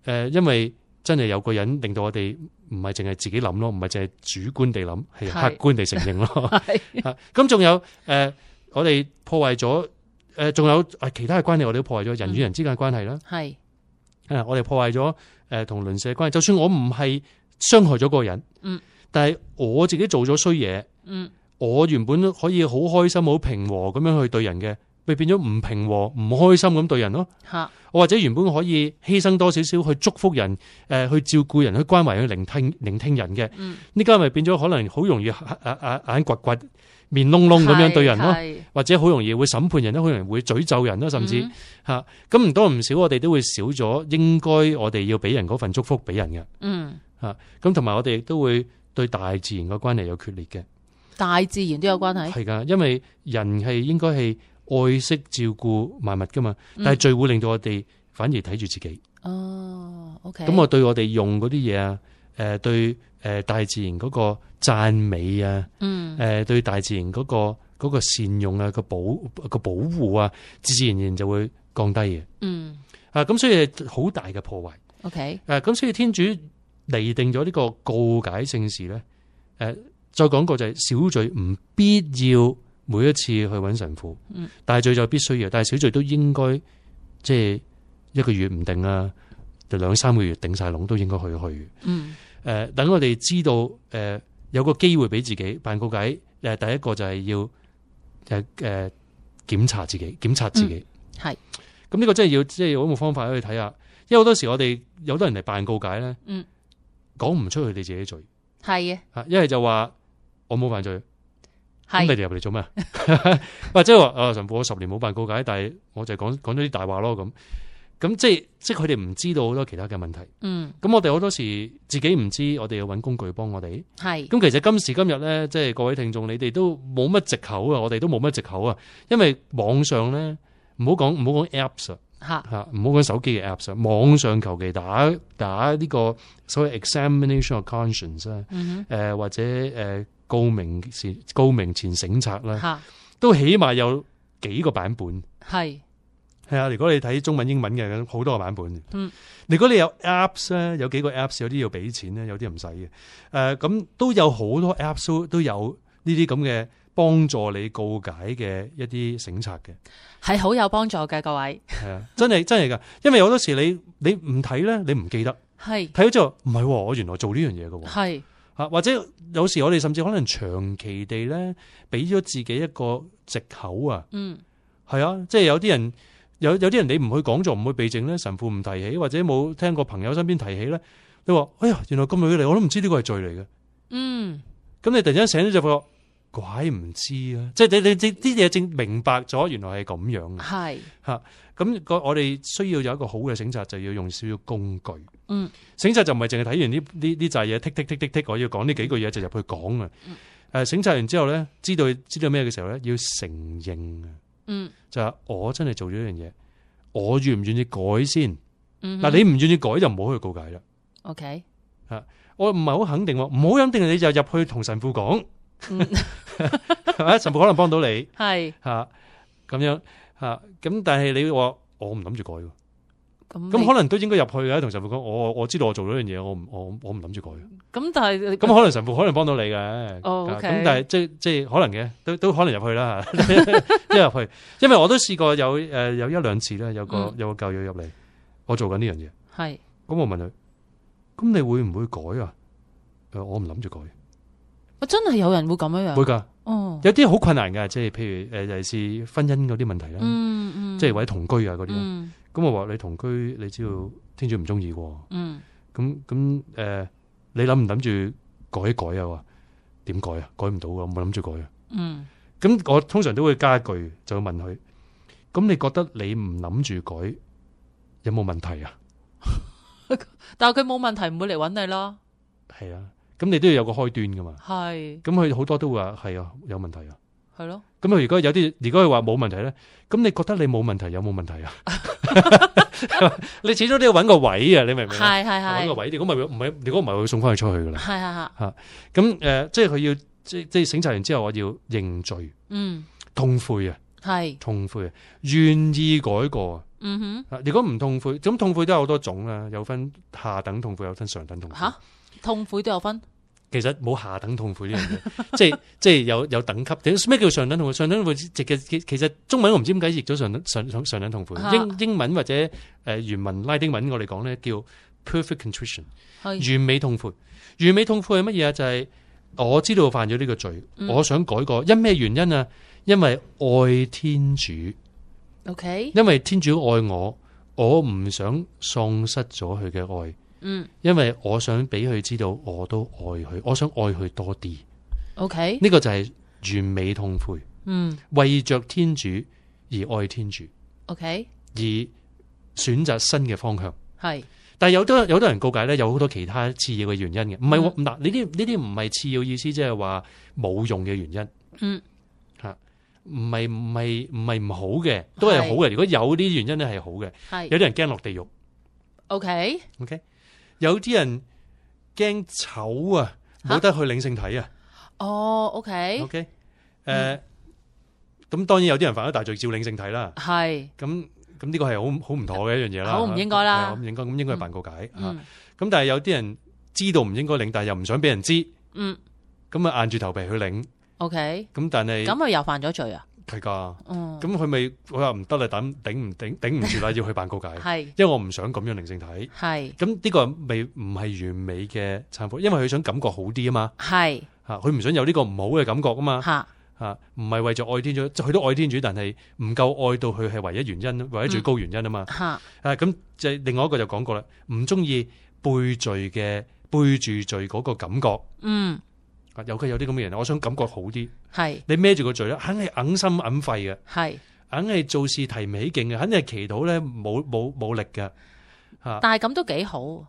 Speaker 5: 誒，因為真係有個人令到我哋唔係淨係自己諗咯，唔係淨係主觀地諗，係
Speaker 4: 係
Speaker 5: 客觀地承認 咯。
Speaker 4: 係，
Speaker 5: 啊咁仲有誒、呃我哋破壞咗誒，仲、有啊其他嘅關係，我哋都破壞咗人與人之間嘅關係啦。
Speaker 4: 係，
Speaker 5: 啊，我哋破壞咗誒同鄰舍嘅關係。就算我唔係傷害咗嗰個人，
Speaker 4: 嗯，
Speaker 5: 但係我自己做咗衰嘢，
Speaker 4: 嗯
Speaker 5: 我原本可以好開心、好平和咁樣去對人嘅，咪變咗唔平和、唔開心咁對人咯。
Speaker 4: 嚇，
Speaker 5: 我或者原本可以犧牲多少少去祝福人，誒、呃去照顧人、去關懷人、去聆聽聆聽人嘅，
Speaker 4: 嗯，
Speaker 5: 呢家咪變咗可能好容易眼眼眼掘掘、面窿窿咁樣對人咯，
Speaker 4: 係，
Speaker 5: 或者好容易會審判人啦，好容易會詛咒人啦，甚至。
Speaker 4: 嗯
Speaker 5: 咁唔多唔少，我哋都會少咗應該我哋要俾人嗰份祝福俾人嘅。
Speaker 4: 嗯，
Speaker 5: 咁同埋我哋亦都會對大自然嘅關係有決裂嘅，
Speaker 4: 大自然都有關係，
Speaker 5: 係噶，因為人係應該係愛惜照顧萬物噶嘛，
Speaker 4: 嗯
Speaker 5: 但係聚會令到我哋反而睇住自己，
Speaker 4: 哦，OK，
Speaker 5: 嗯咁、我對我哋用嗰啲嘢啊，誒、呃、對誒大自然嗰個讚美啊，誒、
Speaker 4: 嗯
Speaker 5: 呃、對大自然嗰、個嗰、個善用啊個保個保護啊，自然而然就會降低嘅，
Speaker 4: 嗯
Speaker 5: 啊咁所以係好大嘅破壞。
Speaker 4: ，OK，
Speaker 5: 诶，咁所以天主厘定咗呢個告解聖事咧，诶、再講過就係小罪唔必要每一次去揾神父，
Speaker 4: 嗯
Speaker 5: 大罪就必須要，但係小罪都應該即係一個月唔定啊，就兩三個月頂晒籠都應該去去。
Speaker 4: 嗯
Speaker 5: 诶、呃等我哋知道诶、誒有個機會俾自己辦告解，诶、第一個就係要诶诶检查自己，檢查自己。
Speaker 4: 嗯係，
Speaker 5: 咁呢個真係要即係有冇方法去睇下，因為好多時我哋有好多人嚟辦告解咧，
Speaker 4: 嗯，
Speaker 5: 講唔出佢哋自己罪
Speaker 4: 係嘅，
Speaker 5: 啊，一係就話我冇犯罪，咁你
Speaker 4: 係，
Speaker 5: 哋入嚟做咩 啊？或者話啊神父，我十年冇辦告解，但係我就講講咗啲大話咯咁，咁即係即係佢哋唔知道好多其他嘅問題，
Speaker 4: 嗯
Speaker 5: 咁我哋好多時自己唔知，我哋要揾工具幫我哋。
Speaker 4: 係，
Speaker 5: 咁其實今時今日咧，即係各位聽眾，你哋都冇乜藉口啊，我哋都冇乜藉口啊，因為網上咧唔好講唔好講 Apps 啊。
Speaker 4: 嚇，
Speaker 5: 吓，唔好講手機嘅 apps 啊，網上求其打打呢個所謂 examination of conscience 啦、
Speaker 4: 嗯
Speaker 5: 誒或者誒、告明前告明前省察
Speaker 4: 哼，
Speaker 5: 啦，
Speaker 4: 嚇，
Speaker 5: 都起碼有幾個版本。
Speaker 4: 係，
Speaker 5: 係啊，如果你睇中文、英文嘅，咁好多個版本。
Speaker 4: 嗯，
Speaker 5: 如果你有 apps 咧，有幾個 apps，有啲要俾錢咧，有啲唔使嘅。誒、咁都有好多 apps 都都有呢啲咁嘅幫助你告解嘅一啲省察嘅。
Speaker 4: 係好有幫助嘅，各位
Speaker 5: 系啊，真係真係㗎，因為好多時你你唔睇咧，你唔記得，
Speaker 4: 係
Speaker 5: 睇咗之後唔係喎，我原來做呢樣嘢 嘅喎，
Speaker 4: 係
Speaker 5: 吓或者有時我哋甚至可能長期地咧，俾咗自己一個藉口啊，
Speaker 4: 嗯
Speaker 5: 係啊，即係有啲人有有啲人你唔去講座，唔去避靜咧，神父唔提起，或者冇聽過朋友身邊提起咧，你話哎呀，原來咁美嚟，我都唔知呢個係罪嚟嘅，
Speaker 4: 嗯
Speaker 5: 咁你突然間醒咗就發覺，怪唔知啊，即係你你你啲嘢正明白咗，原來係咁樣嘅。
Speaker 4: 係
Speaker 5: 咁個我哋需要有一個好嘅省察，就要用少少工具。
Speaker 4: 嗯，
Speaker 5: 省察就唔係淨係睇完呢呢呢扎嘢，剔剔剔剔剔，我要講呢幾句嘢就入去講啊。誒，省察完之後咧，知道知道咩嘅時候咧，要承認啊，
Speaker 4: 嗯
Speaker 5: 就係我真係做咗一樣嘢，我願唔願意改先？
Speaker 4: 嗯
Speaker 5: 嗱，你唔願意改就唔好去告解啦。
Speaker 4: OK
Speaker 5: 我唔係好肯定喎，唔好肯定你就入去同神父講，
Speaker 4: 嗯
Speaker 5: 係咪神父可能幫到你
Speaker 4: 係
Speaker 5: 嚇咁樣嚇。咁但係你話我唔諗住改喎。
Speaker 4: 咁
Speaker 5: 咁
Speaker 4: 你
Speaker 5: 可能都應該入去嘅，同神父講，我我知道我做咗樣嘢，我唔我我唔諗住改。
Speaker 4: 咁但係
Speaker 5: 咁可能神父可能幫到你嘅，
Speaker 4: 哦
Speaker 5: 啊
Speaker 4: OK
Speaker 5: 咁但係即即可能嘅，都都可能入去啦， 一入去，因為我都試過有誒有一兩次咧，有個
Speaker 4: 嗯
Speaker 5: 有個教友入嚟，我做緊呢樣嘢，
Speaker 4: 係
Speaker 5: 咁我問佢，咁你會唔會改啊？誒，我唔諗住改，
Speaker 4: 啊我哦真係有人會咁樣樣
Speaker 5: 會㗎，
Speaker 4: 哦
Speaker 5: 有啲好困難㗎，即係譬如誒呃尤其是婚姻嗰啲問題啦，
Speaker 4: 嗯嗯
Speaker 5: 即係或者同居啊嗰啲啦，
Speaker 4: 嗯
Speaker 5: 咁我話你同居，你知道天主唔中意喎。
Speaker 4: 嗯
Speaker 5: 咁咁誒，你諗唔諗住改一改啊？話點改啊？改唔到啊！我冇諗住改啊。
Speaker 4: 嗯
Speaker 5: 咁我通常都會加一句，就會問佢：咁你覺得你唔諗住改有冇問題啊？
Speaker 4: 但係佢冇問題唔會嚟揾你咯
Speaker 5: 係啊，咁你都要有個開端噶嘛。
Speaker 4: 係
Speaker 5: 咁佢好多都會話係啊，有問題啊。
Speaker 4: 係咯
Speaker 5: 咁佢如果有啲，如果佢話冇問題咧，咁你覺得你冇問題有冇問 題啊？你始終都要揾個位啊！你明唔明啊？
Speaker 4: 係係
Speaker 5: 揾個
Speaker 4: 係
Speaker 5: 位，如果唔係唔係，如果唔係，會送翻佢出去噶啦
Speaker 4: 係。係係
Speaker 5: 咁誒、呃即係佢要即即係醒察完之後，我要認罪、
Speaker 4: 嗯
Speaker 5: 痛悔啊，
Speaker 4: 係
Speaker 5: 痛悔啊，願意改過啊。
Speaker 4: 嗯哼
Speaker 5: 啊如果唔痛悔，咁痛悔都有好多種啦，有分下等痛悔，有分上等痛悔。
Speaker 4: 吓痛悔都有分
Speaker 5: 其實冇下等痛悔呢樣嘢， 即係即係有有等級。咩叫上等痛悔？上等痛悔直嘅其其實中文我唔知點解譯咗上等上上上等痛悔。
Speaker 4: 啊
Speaker 5: 英英文或者誒原文拉丁文我哋講咧叫 perfect contrition，
Speaker 4: 係
Speaker 5: 完美痛悔。完美痛悔係乜嘢啊？就係、我知道犯咗呢個罪，
Speaker 4: 嗯
Speaker 5: 我想改過。因咩原因啊？因為愛天主，
Speaker 4: OK
Speaker 5: 因為天主愛我，我唔想喪失咗佢嘅愛，
Speaker 4: 嗯
Speaker 5: 因為我想俾佢知道我都愛佢，我想愛佢多啲。呢、
Speaker 4: OK
Speaker 5: 個就係完美痛悔，
Speaker 4: 嗯
Speaker 5: 為着天主而愛天主，
Speaker 4: OK
Speaker 5: 而選擇新嘅方向。
Speaker 4: 係
Speaker 5: 但係有多有多人告解咧，有好多其他次要嘅原因嘅，唔係
Speaker 4: 嗯
Speaker 5: 喎嗱呢啲呢啲唔係次要意思，即係話冇用嘅原因。
Speaker 4: 嗯，
Speaker 5: 嚇，唔係唔係唔係唔好嘅，都係好嘅。如果有啲原因咧係好嘅，有
Speaker 4: 係
Speaker 5: 啲人驚落地獄
Speaker 4: OK
Speaker 5: ，OK，有啲人驚醜啊，
Speaker 4: 嚇
Speaker 5: 冇得去領性體啊
Speaker 4: 哦 OK
Speaker 5: ，OK，誒，咁當然有啲人犯咗大罪照領性體啦，
Speaker 4: 係
Speaker 5: 咁咁呢個係好好唔妥嘅一樣嘢啦，
Speaker 4: 好唔應該啦
Speaker 5: 係啊唔應該咁應該係辦告解嚇。
Speaker 4: 嗯
Speaker 5: 咁但係有啲人知道唔應該領，但係又唔想俾人知，
Speaker 4: 嗯
Speaker 5: 咁啊硬住頭皮去領。
Speaker 4: OK
Speaker 5: 咁但係
Speaker 4: 咁佢又犯咗罪啊
Speaker 5: 係㗎，
Speaker 4: 嗯
Speaker 5: 咁佢咪佢話唔得啦，頂頂唔頂頂唔住啦，要去辦告解，
Speaker 4: 係
Speaker 5: 因為我唔想咁樣靈性睇。
Speaker 4: 係
Speaker 5: 咁呢個未唔係完美嘅懺悔，因為佢想感覺好啲啊嘛，
Speaker 4: 係
Speaker 5: 嚇佢唔想有呢個唔好嘅感覺啊嘛，
Speaker 4: 吓
Speaker 5: 嚇唔係為咗愛天主，即係佢都愛天主，但係唔夠愛到佢係唯一原因，唯一最高原因啊嘛。
Speaker 4: 吓
Speaker 5: 啊，咁就係另外一個就講過啦，唔中意背罪嘅背住罪嗰個感覺。
Speaker 4: 嗯
Speaker 5: 啊，尤其有啲咁嘅人，我想感覺好啲。
Speaker 4: 係
Speaker 5: 你孭住個罪咧，肯係硬心硬肺嘅，
Speaker 4: 係
Speaker 5: 肯係做事提唔起勁嘅，肯係祈禱咧冇冇冇力嘅。嚇，
Speaker 4: 但係咁都幾好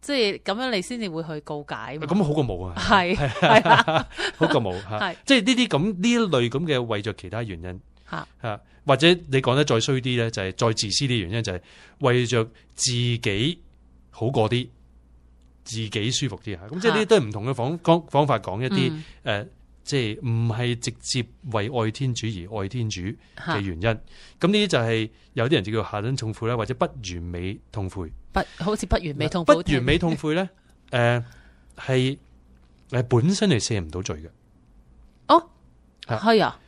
Speaker 4: 即係咁樣你先至會去告解嘛
Speaker 5: 咁好過冇啊，
Speaker 4: 係係啦
Speaker 5: 好過冇嚇
Speaker 4: 係。
Speaker 5: 即係呢啲咁呢一類咁嘅為着其他原因
Speaker 4: 嚇
Speaker 5: 嚇，或者你講得再衰啲咧，就係再自私啲原因，就係為着自己好過啲，自己舒服啲嚇。咁即係呢啲都係唔同嘅方方方法講一啲誒
Speaker 4: 嗯、
Speaker 5: 即係唔係直接為愛天主而愛天主。
Speaker 4: 嚇
Speaker 5: 嘅原因。咁呢啲就係有啲人就叫下等痛悔啦，或者不完美痛悔。
Speaker 4: 不好似不完美痛
Speaker 5: 啊
Speaker 4: 苦
Speaker 5: 不完美 痛悔咧，呃誒係誒本身係赦唔到罪嘅。
Speaker 4: 哦，
Speaker 5: 啊
Speaker 4: 虛啊，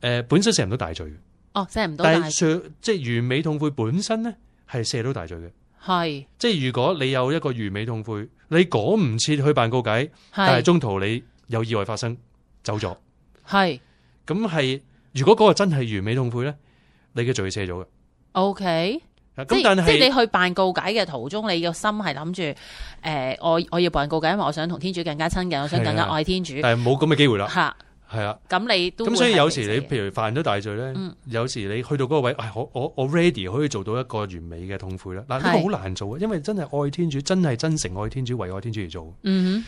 Speaker 5: 诶、呃本身赦唔到大罪嘅，
Speaker 4: 哦，射唔到
Speaker 5: 但
Speaker 4: 大，
Speaker 5: 係赦即係完美痛悔本身咧係赦到大罪嘅。
Speaker 4: 係
Speaker 5: 即係如果你有一個完美痛悔，你趕唔切去辦告解，但係
Speaker 4: 係
Speaker 5: 中途你有意外發生走咗，
Speaker 4: 係
Speaker 5: 咁係如果嗰個真係完美痛悔咧，你嘅罪赦咗嘅。
Speaker 4: OK。
Speaker 5: 啊咁
Speaker 4: 即
Speaker 5: 但
Speaker 4: 即係
Speaker 5: 係
Speaker 4: 你去辦告解嘅途中，你個心係諗住誒，我我要辦告解，因為我想同天主更加親近，我想更加
Speaker 5: 係啊
Speaker 4: 愛天主
Speaker 5: 但係冇咁嘅機會啦，
Speaker 4: 嚇。
Speaker 5: 係啊。
Speaker 4: 咁你都
Speaker 5: 咁所以有時
Speaker 4: 時
Speaker 5: 你譬如犯咗大罪咧，
Speaker 4: 嗯
Speaker 5: 有時你去到嗰個位，唉，我我我 ready 可以做到一個完美嘅痛悔啦。嗱，呢
Speaker 4: 係
Speaker 5: 個好難做嘅，啊因為真係愛天主，真係真誠愛天主，為愛天主而做。
Speaker 4: 嗯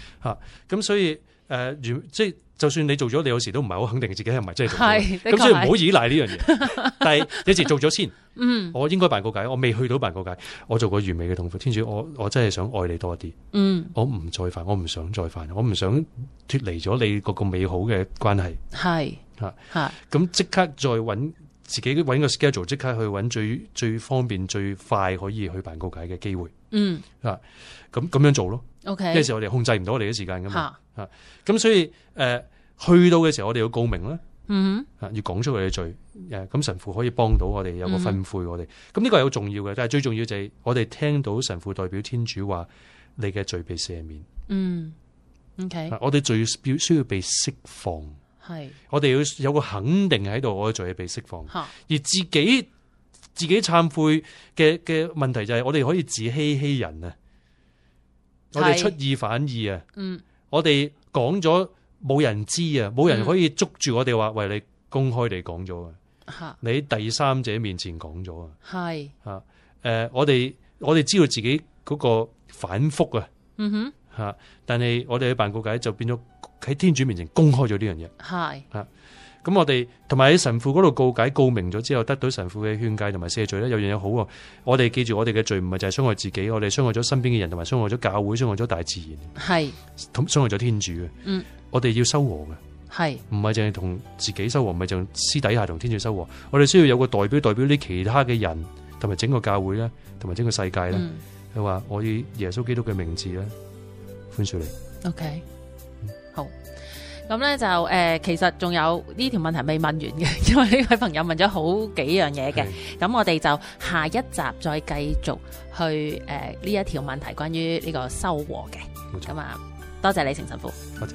Speaker 5: 咁所以誒、呃如即係就算你做咗，你有時都唔係好肯定自己係咪真係
Speaker 4: 哼
Speaker 5: 做到。
Speaker 4: 係，的
Speaker 5: 咁所以唔
Speaker 4: 確係
Speaker 5: 好依賴呢樣嘢。 但係有時做咗先，
Speaker 4: 嗯
Speaker 5: 我應該辦告解，我未去到辦告解，我做過完美嘅痛苦。天主，我我真係想愛你多啲，
Speaker 4: 嗯
Speaker 5: 我唔再犯，我唔想再犯，我唔想脱離咗你個咁美好嘅關係。
Speaker 4: 係
Speaker 5: 嚇
Speaker 4: 嚇
Speaker 5: 咁即刻再揾自己揾個 schedule，即刻去揾最最方便、最快可以去辦告解嘅機會。
Speaker 4: 嗯
Speaker 5: 咁咁樣做咯。有
Speaker 4: OK
Speaker 5: 時我哋控制唔到我哋嘅時間噶嘛。
Speaker 4: 嚇
Speaker 5: 咁所以誒、呃去到嘅時候，我哋要告明啦。
Speaker 4: 嗯
Speaker 5: 啊，要講出佢嘅罪，誒咁神父可以幫到我哋有個分配我哋，咁呢個係好重要嘅。但係最重要就係我哋聽到神父代表天主話你嘅罪被赦免，
Speaker 4: 哼嗯 OK
Speaker 5: 啊我哋罪要需要被釋放，
Speaker 4: 係
Speaker 5: 我哋要有個肯定喺度，我嘅罪係被釋放，
Speaker 4: 嚇
Speaker 5: 而自己自己懺悔嘅嘅問題就係我哋可以自欺欺人啊，我哋
Speaker 4: 係
Speaker 5: 出意反意啊，
Speaker 4: 嗯
Speaker 5: 我哋講咗冇人知啊，冇人
Speaker 4: 嗯
Speaker 5: 可以捉住我哋話喂你公開地講咗啊。
Speaker 4: 嚇
Speaker 5: 你喺第三者面前講咗啊！
Speaker 4: 係
Speaker 5: 诶、我哋我哋知道自己嗰個反覆啊，
Speaker 4: 嗯哼
Speaker 5: 吓、但係我哋喺辦告解就變咗喺天主面前公開咗呢樣嘢。
Speaker 4: 係
Speaker 5: 咁我哋同埋喺神父嗰度告解告明咗之後，得到神父嘅勸戒同埋赦罪咧，有樣嘢好喎。我哋記住，我哋嘅罪唔係就係傷害自己，我哋傷害咗身邊嘅人，同埋傷害咗教會，傷害咗大自然，
Speaker 4: 係
Speaker 5: 同傷害咗天主嘅。
Speaker 4: 嗯，
Speaker 5: 我哋要修和嘅。
Speaker 4: 係
Speaker 5: 唔係啊淨係同自己修和，唔係淨係私底下同天主修和。我哋需要有個代表，代表呢其他嘅人，同埋整個教會咧，同埋整個世界咧，
Speaker 4: 嗯
Speaker 5: 佢話、我以耶穌基督嘅名字咧寬恕你。
Speaker 4: OK 好。咁咧就誒、呃其實仲有呢條問題未問完嘅， 因為呢位朋友問咗好幾樣嘢嘅。咁我哋就下一集再繼續去诶呢、一條問題，關於呢個收穫嘅。
Speaker 5: 冇錯
Speaker 4: 咁啊，多謝你，程神父。
Speaker 5: 多謝。